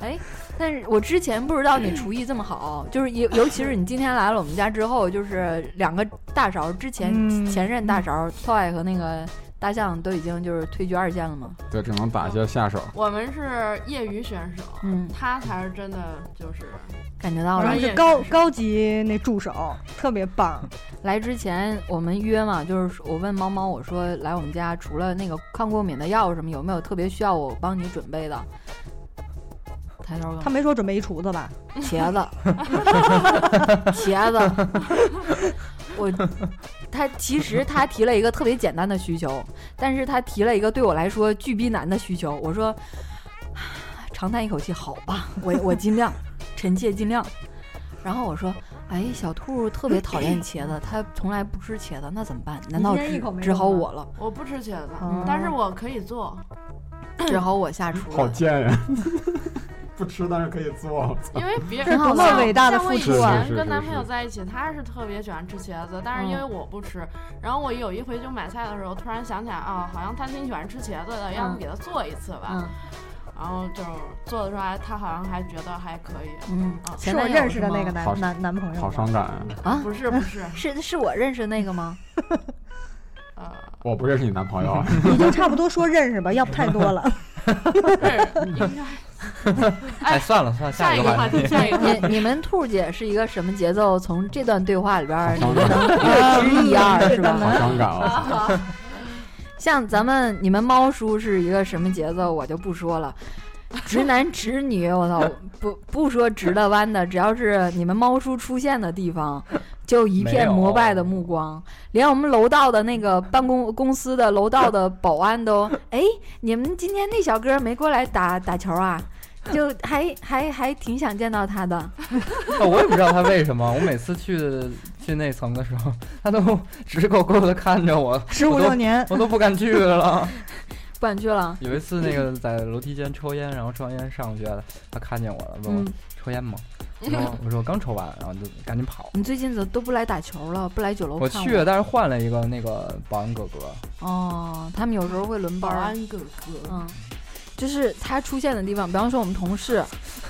Speaker 3: 对，
Speaker 1: 但是我之前不知道你厨艺这么好，就是尤尤其是你今天来了我们家之后，就是两个大勺，之前、
Speaker 5: 嗯
Speaker 1: 前任大勺 Toy 和那个大象都已经就是退居二线了嘛。
Speaker 3: 对，只能打一些下手。
Speaker 4: 我们是业余选手，
Speaker 1: 嗯，
Speaker 4: 他才是真的就是
Speaker 1: 感觉到
Speaker 5: 我
Speaker 1: 了
Speaker 5: 们
Speaker 4: 专。业
Speaker 5: 是高高级那助手，特别棒。
Speaker 1: 来之前我们约嘛，就是说我问猫猫，我说来我们家除了那个抗过敏的药什么，有没有特别需要我帮你准备的？抬头
Speaker 5: 他
Speaker 1: 干嘛？
Speaker 5: 没说准备一厨子吧？
Speaker 1: 茄子，茄子，我他其实他提了一个特别简单的需求，但是他提了一个对我来说巨逼难的需求。我说，长叹一口气，好吧，我我尽量，臣妾尽量。然后我说，哎，小兔特别讨厌茄子，它从来不吃茄子，那怎么办？难道
Speaker 5: 你今天一
Speaker 1: 只
Speaker 5: 口没
Speaker 1: 只
Speaker 5: 有
Speaker 1: 好
Speaker 5: 吗
Speaker 1: 我了？
Speaker 4: 我不吃茄子，
Speaker 5: 哦
Speaker 4: 但是我可以做，
Speaker 1: 只好我下厨
Speaker 3: 好
Speaker 1: 了。
Speaker 3: 贱呀！ 不吃但是可以做，
Speaker 4: 因为别
Speaker 5: 这
Speaker 4: 人
Speaker 5: 多么
Speaker 4: 像
Speaker 5: 伟大的
Speaker 4: 像我
Speaker 5: 付
Speaker 4: 以
Speaker 5: 出
Speaker 3: 啊
Speaker 4: 前
Speaker 3: 是是
Speaker 4: 跟
Speaker 3: 是
Speaker 4: 男
Speaker 3: 是
Speaker 4: 朋友在一起，他是特别喜欢吃茄子，但是
Speaker 1: 嗯
Speaker 4: 因为我不吃，然后我有一回就买菜的时候，突然想起来啊，好像他挺喜欢吃茄子的，要不
Speaker 1: 嗯
Speaker 4: 给他做一次吧。
Speaker 1: 嗯
Speaker 4: 然后就做的时候还，他好像还觉得还可以。
Speaker 1: 嗯
Speaker 4: 啊，
Speaker 1: 前
Speaker 5: 是我
Speaker 1: 男友
Speaker 5: 认识的
Speaker 1: 吗
Speaker 5: 那个男
Speaker 3: 好
Speaker 5: 男男朋友吗，
Speaker 3: 好伤感啊！
Speaker 1: 啊，
Speaker 4: 不是不是，
Speaker 1: 是是我认识的那个吗？
Speaker 4: 呃，
Speaker 3: 我不认识你男朋友，啊
Speaker 5: 你就差不多说认识吧，要不太 多了。
Speaker 4: 不是应该
Speaker 2: 哎，算了算了，
Speaker 4: 下
Speaker 2: 一
Speaker 4: 一
Speaker 2: 个
Speaker 4: 个话
Speaker 2: 话
Speaker 4: 题， 下一个话题。
Speaker 1: 你你们兔姐是一个什么节奏？从这段对话里边儿
Speaker 3: 好伤感，
Speaker 1: 知一二是
Speaker 3: 好
Speaker 1: 吧？
Speaker 3: 伤感啊！
Speaker 1: 像咱们你们猫叔是一个什么节奏，我就不说了。直男直女，我操， 不不说直的弯的，只要是你们猫叔出现的地方，就一片膜拜的目光，连我们楼道的那个办公公司的楼道的保安都，哎，你们今天那小哥没过来打打球啊？就还还还挺想见到他的，
Speaker 2: 哦我也不知道他为什么，我每次去去那层的时候，他都 直勾勾的看着我，
Speaker 5: 十五
Speaker 2: 我都
Speaker 5: 六年，
Speaker 2: 我都不敢去了。
Speaker 1: 不敢去了。
Speaker 2: 有一次那 个在楼梯间抽烟，然后抽完烟上去了，他看见我了，问我
Speaker 1: 嗯，
Speaker 2: 抽 烟吗？然后我说刚抽完，然后就赶紧跑。
Speaker 1: 你最近怎么都不来打球了？不来酒楼
Speaker 2: 我
Speaker 1: 看
Speaker 2: 去了，但是换了一个那个保安哥哥，
Speaker 1: 哦，他们有时候会轮
Speaker 4: 保
Speaker 1: 班儿，
Speaker 4: 安哥哥，
Speaker 1: 嗯，就是他出现的地方，比方说我们同事，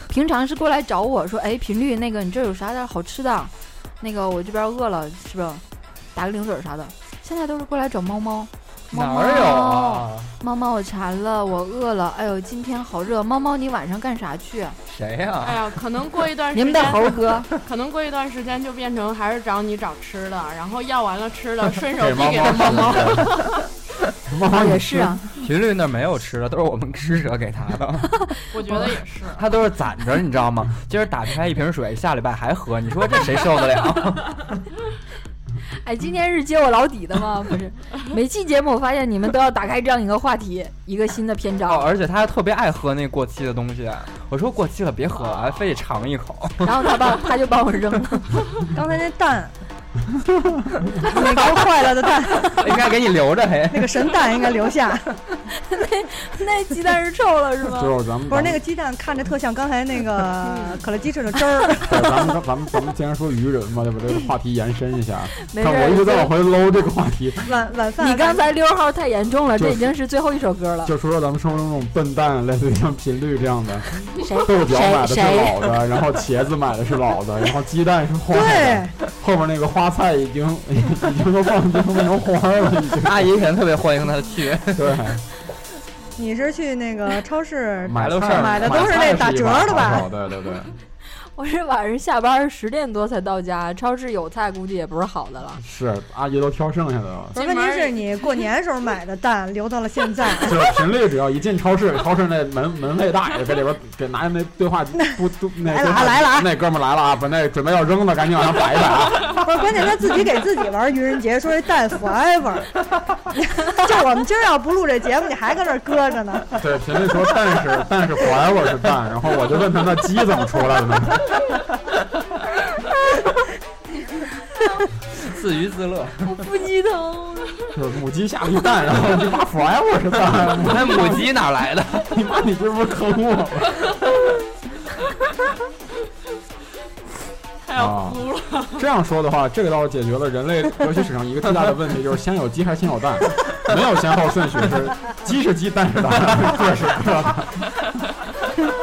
Speaker 1: 平常是过来找我说，哎，频率那个你这儿有啥点儿好吃的？那个我这边饿了，是吧？打个零嘴儿啥的。现在都是过来找猫猫，猫
Speaker 2: 哪
Speaker 1: 猫
Speaker 2: 儿有啊？
Speaker 1: 猫猫我馋了，我饿了，哎呦，今天好热，猫猫你晚上干啥去？
Speaker 2: 谁呀、
Speaker 4: 哎呀，可能过一段时
Speaker 1: 你
Speaker 4: 间，
Speaker 1: 们的猴哥，
Speaker 4: 可能过一段时间就变成还是找你找吃的，然后要完了吃的，顺 手
Speaker 3: 给
Speaker 4: 递
Speaker 3: 猫
Speaker 4: 给他
Speaker 3: 猫
Speaker 4: 猫猫。
Speaker 3: 猫，猫猫
Speaker 1: 哦也是啊，
Speaker 2: 频率那儿没有吃的，都是我们施舍给他的，
Speaker 4: 我觉得也是。
Speaker 2: 他都是攒着，你知道吗？今儿打开一瓶水，下礼拜还喝，你说这谁受得了？
Speaker 1: 哎，今天是揭我老底的吗？不是，每期节目我发现你们都要打开这样一个话题，一个新的篇章
Speaker 2: 哦，。而且他还特别爱喝那过期的东西，啊我说过期了别喝了，
Speaker 3: 哦
Speaker 2: 还非得尝一口。
Speaker 1: 然后他帮他就帮我扔了，
Speaker 5: 刚才那蛋，那个坏了的蛋，
Speaker 2: 应该给你留着 嘿。
Speaker 5: 那个神蛋应该留下。
Speaker 1: 那鸡蛋是臭了是吗？
Speaker 3: 就是咱们
Speaker 5: 不是那个鸡蛋看着特像刚才那个可乐鸡翅的汁儿，
Speaker 3: 对，哎咱们咱们咱们既然说愚人嘛，对吧？这个话题延伸一下，
Speaker 1: 没事
Speaker 3: 看我一直在往
Speaker 1: 儿，
Speaker 3: 回搂这个话题，
Speaker 5: 晚晚饭。
Speaker 1: 你刚才溜号太严重了，
Speaker 3: 就
Speaker 1: 这
Speaker 3: 是
Speaker 1: 已经是最后一首歌了。
Speaker 3: 就说说咱们生活中那种笨蛋，类似于像频率这样的，
Speaker 1: 谁
Speaker 3: 豆角买的是
Speaker 1: 谁
Speaker 3: 老的，然后茄子买的是老的，然后鸡蛋是坏的，
Speaker 5: 对，
Speaker 3: 后面那个花菜已经已经都放变成花了，已经
Speaker 2: 阿姨肯定特别欢迎 他去，
Speaker 3: 对，
Speaker 5: 你是去那个超市
Speaker 3: 买
Speaker 2: 都是
Speaker 3: 菜
Speaker 5: 买的
Speaker 3: 菜
Speaker 5: 都是那打折的吧
Speaker 3: 是一把好对对对，
Speaker 1: 我是晚上下班十点多才到家，超市有菜估计也不是好的了。
Speaker 3: 是阿姨都挑剩下的了。
Speaker 5: 不是，
Speaker 4: 进
Speaker 5: 问
Speaker 4: 门
Speaker 5: 题
Speaker 4: 儿
Speaker 5: 是你过年时候买的蛋留到了现在，
Speaker 3: 就是频率，只要一进超市，超市那门门卫大爷在里边给拿那对话不不那
Speaker 5: 来了
Speaker 3: 对
Speaker 5: 啊
Speaker 3: 话
Speaker 5: 来了啊
Speaker 3: 那哥们儿来了啊，把那准备要扔的赶紧往上摆一摆啊。
Speaker 5: 不是，关键他自己给自己玩愚人节，说这蛋 forever。就我们今儿要不录这节目，你还搁那儿搁着呢。
Speaker 3: 对，频率说但是但是怀我是蛋，然后我就问他那鸡怎么出来的呢？
Speaker 2: 自娱自乐。
Speaker 1: 我不鸡疼，
Speaker 3: 就是母鸡下了一蛋，然后你妈怀我是蛋，
Speaker 2: 那母鸡哪来的？
Speaker 3: 你妈你这不是坑我 吗？
Speaker 4: 他要哭了，
Speaker 3: 啊 这样说的话，这个倒是解决了人 类哲学史上一个巨大的问题，就是先有鸡还是先有蛋，没有先后顺序，是鸡是鸡，蛋是蛋，个是个。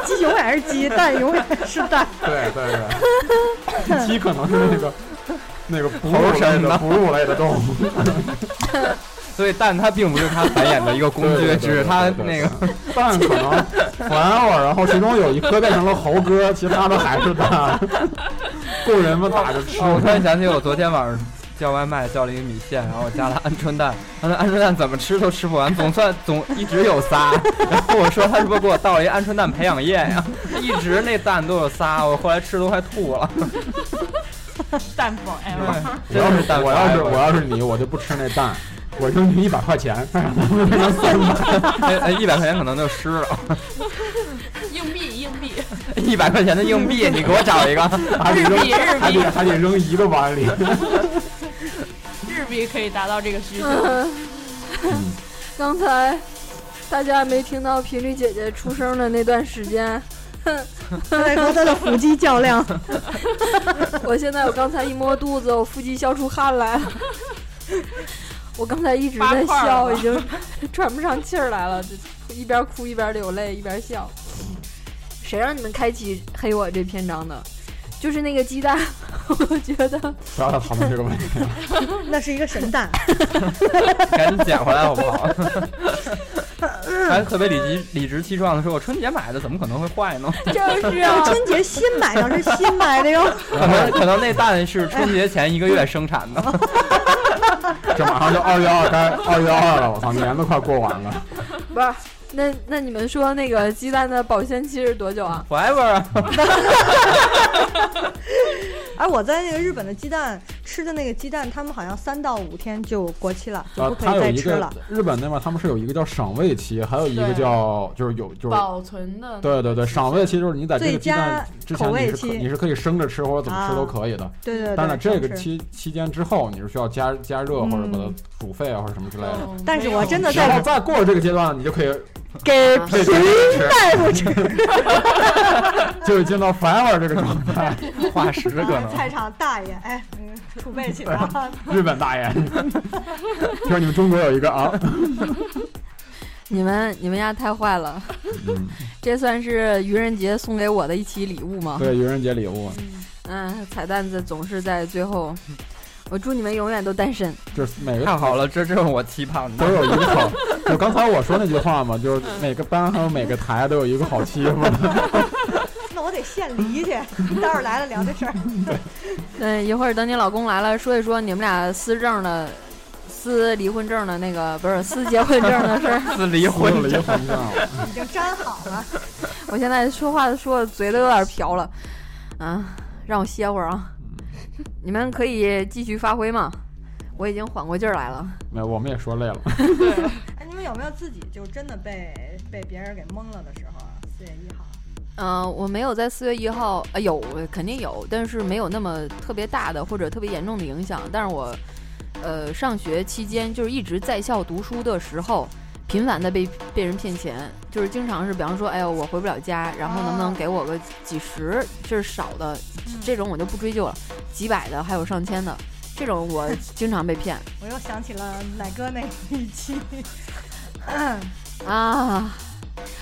Speaker 5: 鸡永远是鸡，蛋永远是蛋。
Speaker 3: 对对 对，鸡可能是那个那个哺乳类
Speaker 2: 头
Speaker 3: 的
Speaker 2: 生
Speaker 3: 哺乳类的动物，
Speaker 2: 所以蛋它并不是它繁衍的一个工
Speaker 3: 对
Speaker 2: 具，
Speaker 3: 对对对
Speaker 2: 只是它
Speaker 3: 对
Speaker 2: 那
Speaker 3: 对
Speaker 2: 个
Speaker 3: 蛋可能还我，然后其中有一颗变成了猴哥，其他的还是蛋，供人们打着吃。
Speaker 2: 哦，我突然想起我昨天晚上叫外卖叫了一个米线，然后我加了鹌鹑蛋，然后那鹌鹑蛋怎么吃都吃不完，总算总一直有仨。 然后我说他是不是给我倒了一鹌鹑蛋培养液呀？ 一直那蛋都有仨，我后来吃都快吐了。
Speaker 7: 蛋 forever。
Speaker 3: 我
Speaker 2: 真
Speaker 3: 要
Speaker 2: 是蛋
Speaker 3: 是我要是我要是你，我就不吃那蛋，我扔你一百块钱，变成三百。
Speaker 2: 是哎一百块钱可能就湿了，
Speaker 4: 硬币硬币，
Speaker 2: 一百块钱的硬币你给我找一 个。
Speaker 3: 还得扔，还得还得扔一个碗 里。
Speaker 7: 日币可以达到这个需求。
Speaker 4: 嗯
Speaker 3: 嗯
Speaker 8: 刚才大家没听到频率姐姐出声的那段时间，
Speaker 5: 他在说他的腹肌较量，
Speaker 8: 我现在我刚才一摸肚子，我腹肌笑出汗来了。我刚才一直在
Speaker 7: 八块儿
Speaker 8: 笑，
Speaker 7: 了
Speaker 8: 已经喘不上气儿来了，就一边哭一边流泪一边笑。谁让你们开启黑我这篇章的？就是那个鸡蛋，我觉
Speaker 7: 啊
Speaker 8: 得
Speaker 3: 不要再讨论这个问题。
Speaker 5: 那是一个神蛋。
Speaker 2: 赶紧捡回来好不好？ 还特别理直理直气壮的说：“我春节买的，怎么可能会坏 呢？
Speaker 8: 就是
Speaker 1: 哦
Speaker 8: 啊，
Speaker 5: 春节新买的，是新买的哟。
Speaker 2: 可能可能那蛋是春节前一个月生产 的。
Speaker 3: 这马上就二月二该二月二了，我操，年都快过完了。
Speaker 8: 不是。那那你们说那个鸡蛋的保鲜期是多久啊？
Speaker 2: ”Forever 啊，
Speaker 5: 哎，我在那个日本的鸡蛋吃的那个鸡蛋，他们好像三到五天就过期了，就
Speaker 3: 呃
Speaker 5: 不，可
Speaker 3: 它
Speaker 5: 以
Speaker 3: 有
Speaker 5: 再
Speaker 3: 一
Speaker 5: 吃
Speaker 3: 个
Speaker 5: 了。
Speaker 3: 日本那边他们是有一个叫赏味期，还有一个
Speaker 4: 对
Speaker 3: 叫就是有就是
Speaker 4: 保存的
Speaker 3: 对对对，赏味期就是你在这个
Speaker 5: 最
Speaker 3: 鸡蛋
Speaker 5: 佳
Speaker 3: 之
Speaker 5: 口
Speaker 3: 前
Speaker 5: 味
Speaker 3: 你是可
Speaker 5: 期
Speaker 3: 你是可以生着吃或者怎么吃都
Speaker 5: 啊
Speaker 3: 可以的。
Speaker 5: 对对对，
Speaker 3: 当然，这个
Speaker 5: 生吃
Speaker 3: 期期间之后，你是需要加加热或者把它
Speaker 5: 嗯
Speaker 3: 煮沸啊，或者什么之类的。
Speaker 4: 嗯
Speaker 5: 但是
Speaker 4: 没有
Speaker 5: 我真的
Speaker 3: 然后
Speaker 5: 在
Speaker 3: 再过了这个阶段，你就可以
Speaker 5: 给
Speaker 4: 啊
Speaker 3: 可以直接吃，
Speaker 5: 大夫吃。
Speaker 3: 就是进到 forever 这个状态。
Speaker 2: 化石可
Speaker 5: 啊
Speaker 2: 能。
Speaker 5: 菜场大爷，哎，嗯储备起来啊。
Speaker 3: 日本大爷， 听说你们中国有一个啊，
Speaker 1: 你们你们家太坏了，这算是愚人节送给我的一期礼物吗？
Speaker 3: 对，愚人节礼物，
Speaker 1: 嗯，彩蛋子总是在最后。我祝你们永远都单身。
Speaker 3: 就是每个
Speaker 2: 太好了，这正是我期盼
Speaker 3: 都
Speaker 2: 的。
Speaker 3: 有一个好，就刚才我说那句话嘛，就是每个班还有每个台都有一个好欺负的。
Speaker 5: 那我得献梨去，待会儿来了聊这事儿。
Speaker 1: 嗯，一会儿等你老公来了，说一说你们俩撕证的、撕离婚证的那个，不是撕结婚证的 事儿。
Speaker 2: 自离婚
Speaker 3: 离 婚证，
Speaker 5: 已经粘好了。
Speaker 1: 我现在说话说的嘴都有点瓢了，啊，让我歇会儿啊。你们可以继续发挥吗？我已经缓过劲儿来了。
Speaker 3: 那我们也说 累了。
Speaker 5: 哎，你们有没有自己就真的被被别人给蒙了的时候啊？四月一号，
Speaker 1: 嗯、我没有在四月一号，呃，有肯定有，但是没有那么特别大的或者特别严重的影响。但是我，呃，上学期间就是一直在校读书的时候，频繁的被被人骗钱，就是经常是，比方说，哎呦，我回不了家，然后能不能给我个几十，这是少的，这种我就不追究了，几百的还有上千的，这种我经常被骗
Speaker 5: 我又想起了奶哥那一期。
Speaker 1: 啊。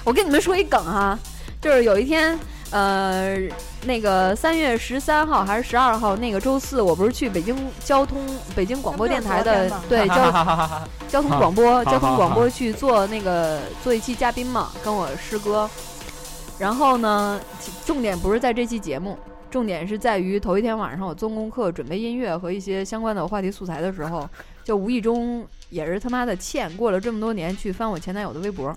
Speaker 1: 我跟你们说一梗哈、就是有一天，呃，那个三月十三号还是十二号那个周四，我不是去北京交通北京广播电
Speaker 5: 那
Speaker 1: 台
Speaker 5: 不
Speaker 1: 的
Speaker 5: 是昨
Speaker 1: 对交交通广播
Speaker 3: 好
Speaker 1: 交通
Speaker 3: 好
Speaker 1: 广
Speaker 3: 好
Speaker 1: 播去做那个做一期嘉宾嘛，跟我师哥。然后呢，其重点不是在这期节目，重点是在于头一天晚上我做功课准备音乐和一些相关的话题素材的时候，就无意中也是他妈的欠过了这么多年去翻我前男友的微博，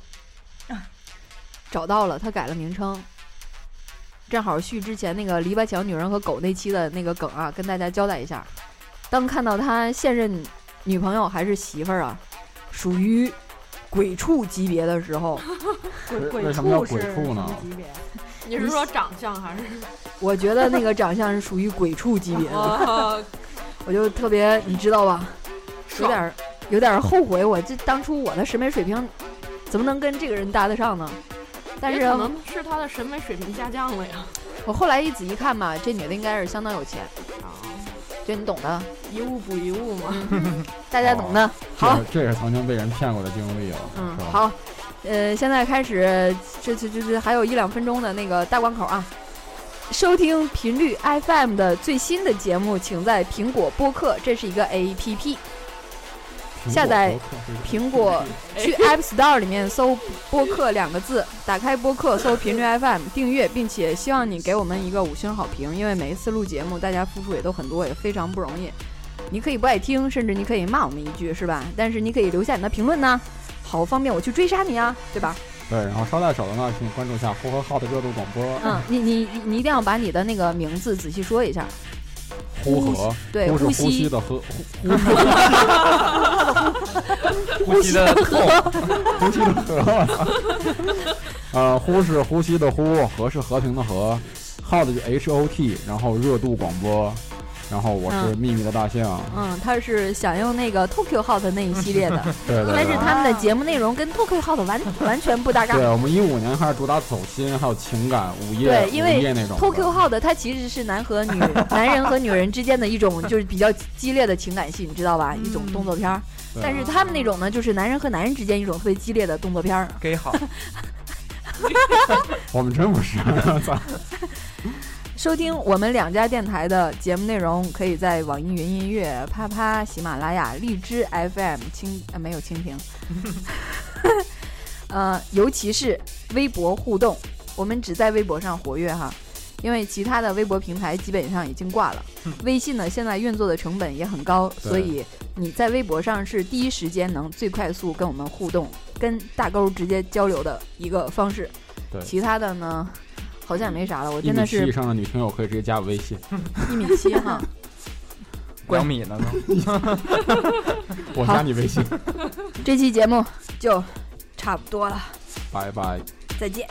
Speaker 1: 找到了，他改了名称。正好续之前那个篱笆墙女人和狗那期的那个梗啊，跟大家交代一下。当看到他现任女朋友还是媳妇儿啊，属于鬼畜级别的时 候，
Speaker 5: 鬼
Speaker 3: 为
Speaker 5: 鬼
Speaker 3: 什么叫
Speaker 5: 畜是
Speaker 3: 鬼
Speaker 5: 什
Speaker 3: 畜呢
Speaker 5: 么级别？啊
Speaker 4: 你是说长相还 是？
Speaker 1: 我觉得那个长相是属于鬼畜级别的，
Speaker 4: 哦
Speaker 1: 我就特别，你知道吧，有点儿有点儿后悔，我这当初我的审美水平怎么能跟这个人搭得上呢？但
Speaker 4: 也
Speaker 1: 是
Speaker 4: 可能是他的审美水平下降了呀，
Speaker 1: 我后来一仔细看吧，这女的应该是相当有钱，就你懂的，
Speaker 4: 啊一物补一物嘛。
Speaker 1: 大家懂的。
Speaker 3: 这
Speaker 1: 好
Speaker 3: 是这是曾经被人骗过的经历了，
Speaker 1: 嗯
Speaker 3: 是，吧？
Speaker 1: 好，呃，现在开始，这这这这还有一两分钟的那个大关口啊。收听频率 FM 的最新的节目，请在苹果播客，这是一个 APP，
Speaker 3: 苹果
Speaker 1: 下载
Speaker 3: 博客是
Speaker 1: 苹果 去 App Store 里面搜“播客”两个字，打开播客，搜频率 FM，订阅，并且希望你给我们一个五星好评，因为每一次录节目，大家付出也都很多，也非常不容易。你可以不爱听，甚至你可以骂我们一句，是吧？但是你可以留下你的评论呐、好方便我去追杀你啊，对吧？
Speaker 3: 对，然后捎带手的呢，请关注一下呼和浩的热度广播，
Speaker 1: 嗯，你你你你一定要把你的那个名字仔细说一下，
Speaker 3: 呼和，
Speaker 1: 对，
Speaker 3: 呼是
Speaker 1: 呼
Speaker 3: 呼吸
Speaker 1: 吸，
Speaker 3: 的呼， 呼
Speaker 2: 呼吸的痛，
Speaker 3: 呼吸的和， 我操呃，呼是呼吸的呼，和是和平的和，浩的就 H O T，然后热度广播，然后我是秘密的大象，
Speaker 1: 嗯，他是想用那个 Tokyo Hot 那一系列的，
Speaker 3: 对啊对
Speaker 1: 但是
Speaker 3: 对。
Speaker 1: 他们的节目内容跟 Tokyo Hot 完完全不搭嘎。
Speaker 3: 对我们一五年开始主打走心，还有情感、午夜、
Speaker 1: 对因为
Speaker 3: 午夜那种的。
Speaker 1: Tokyo Hot 它其实是男 和女、男人和女人之间的一种就是比较激烈的情感戏，你知道吧？一种动作片儿。
Speaker 3: 嗯对
Speaker 1: 但是他们那种呢，就是男人和男人之间一种特别激烈的动作片儿。
Speaker 2: 给好，
Speaker 3: 我们真不是，操
Speaker 1: 收听我们两家电台的节目内容，可以在网易云音乐、啪啪、喜马拉雅、荔枝 FM、蜻呃没有蜻蜓， 呃，尤其是微博互动，我们只在微博上活跃哈，因为其他的微博平台基本上已经挂了。微信呢，现在运作的成本也很高，
Speaker 3: 对
Speaker 1: 所以你在微博上是第一时间能最快速跟我们互动、跟大钩直接交流的一个方式
Speaker 3: 对。
Speaker 1: 其他的呢，好像也没啥了。我
Speaker 3: 一
Speaker 1: 真
Speaker 3: 米
Speaker 1: 的是
Speaker 3: 七以上的女听友可以直接加我微信，
Speaker 1: 一米七 哈。
Speaker 2: 两米 了呢。
Speaker 3: 我
Speaker 1: 好
Speaker 3: 加你微信，
Speaker 1: 这期节目就差不多了，
Speaker 3: 拜拜。
Speaker 1: 再见。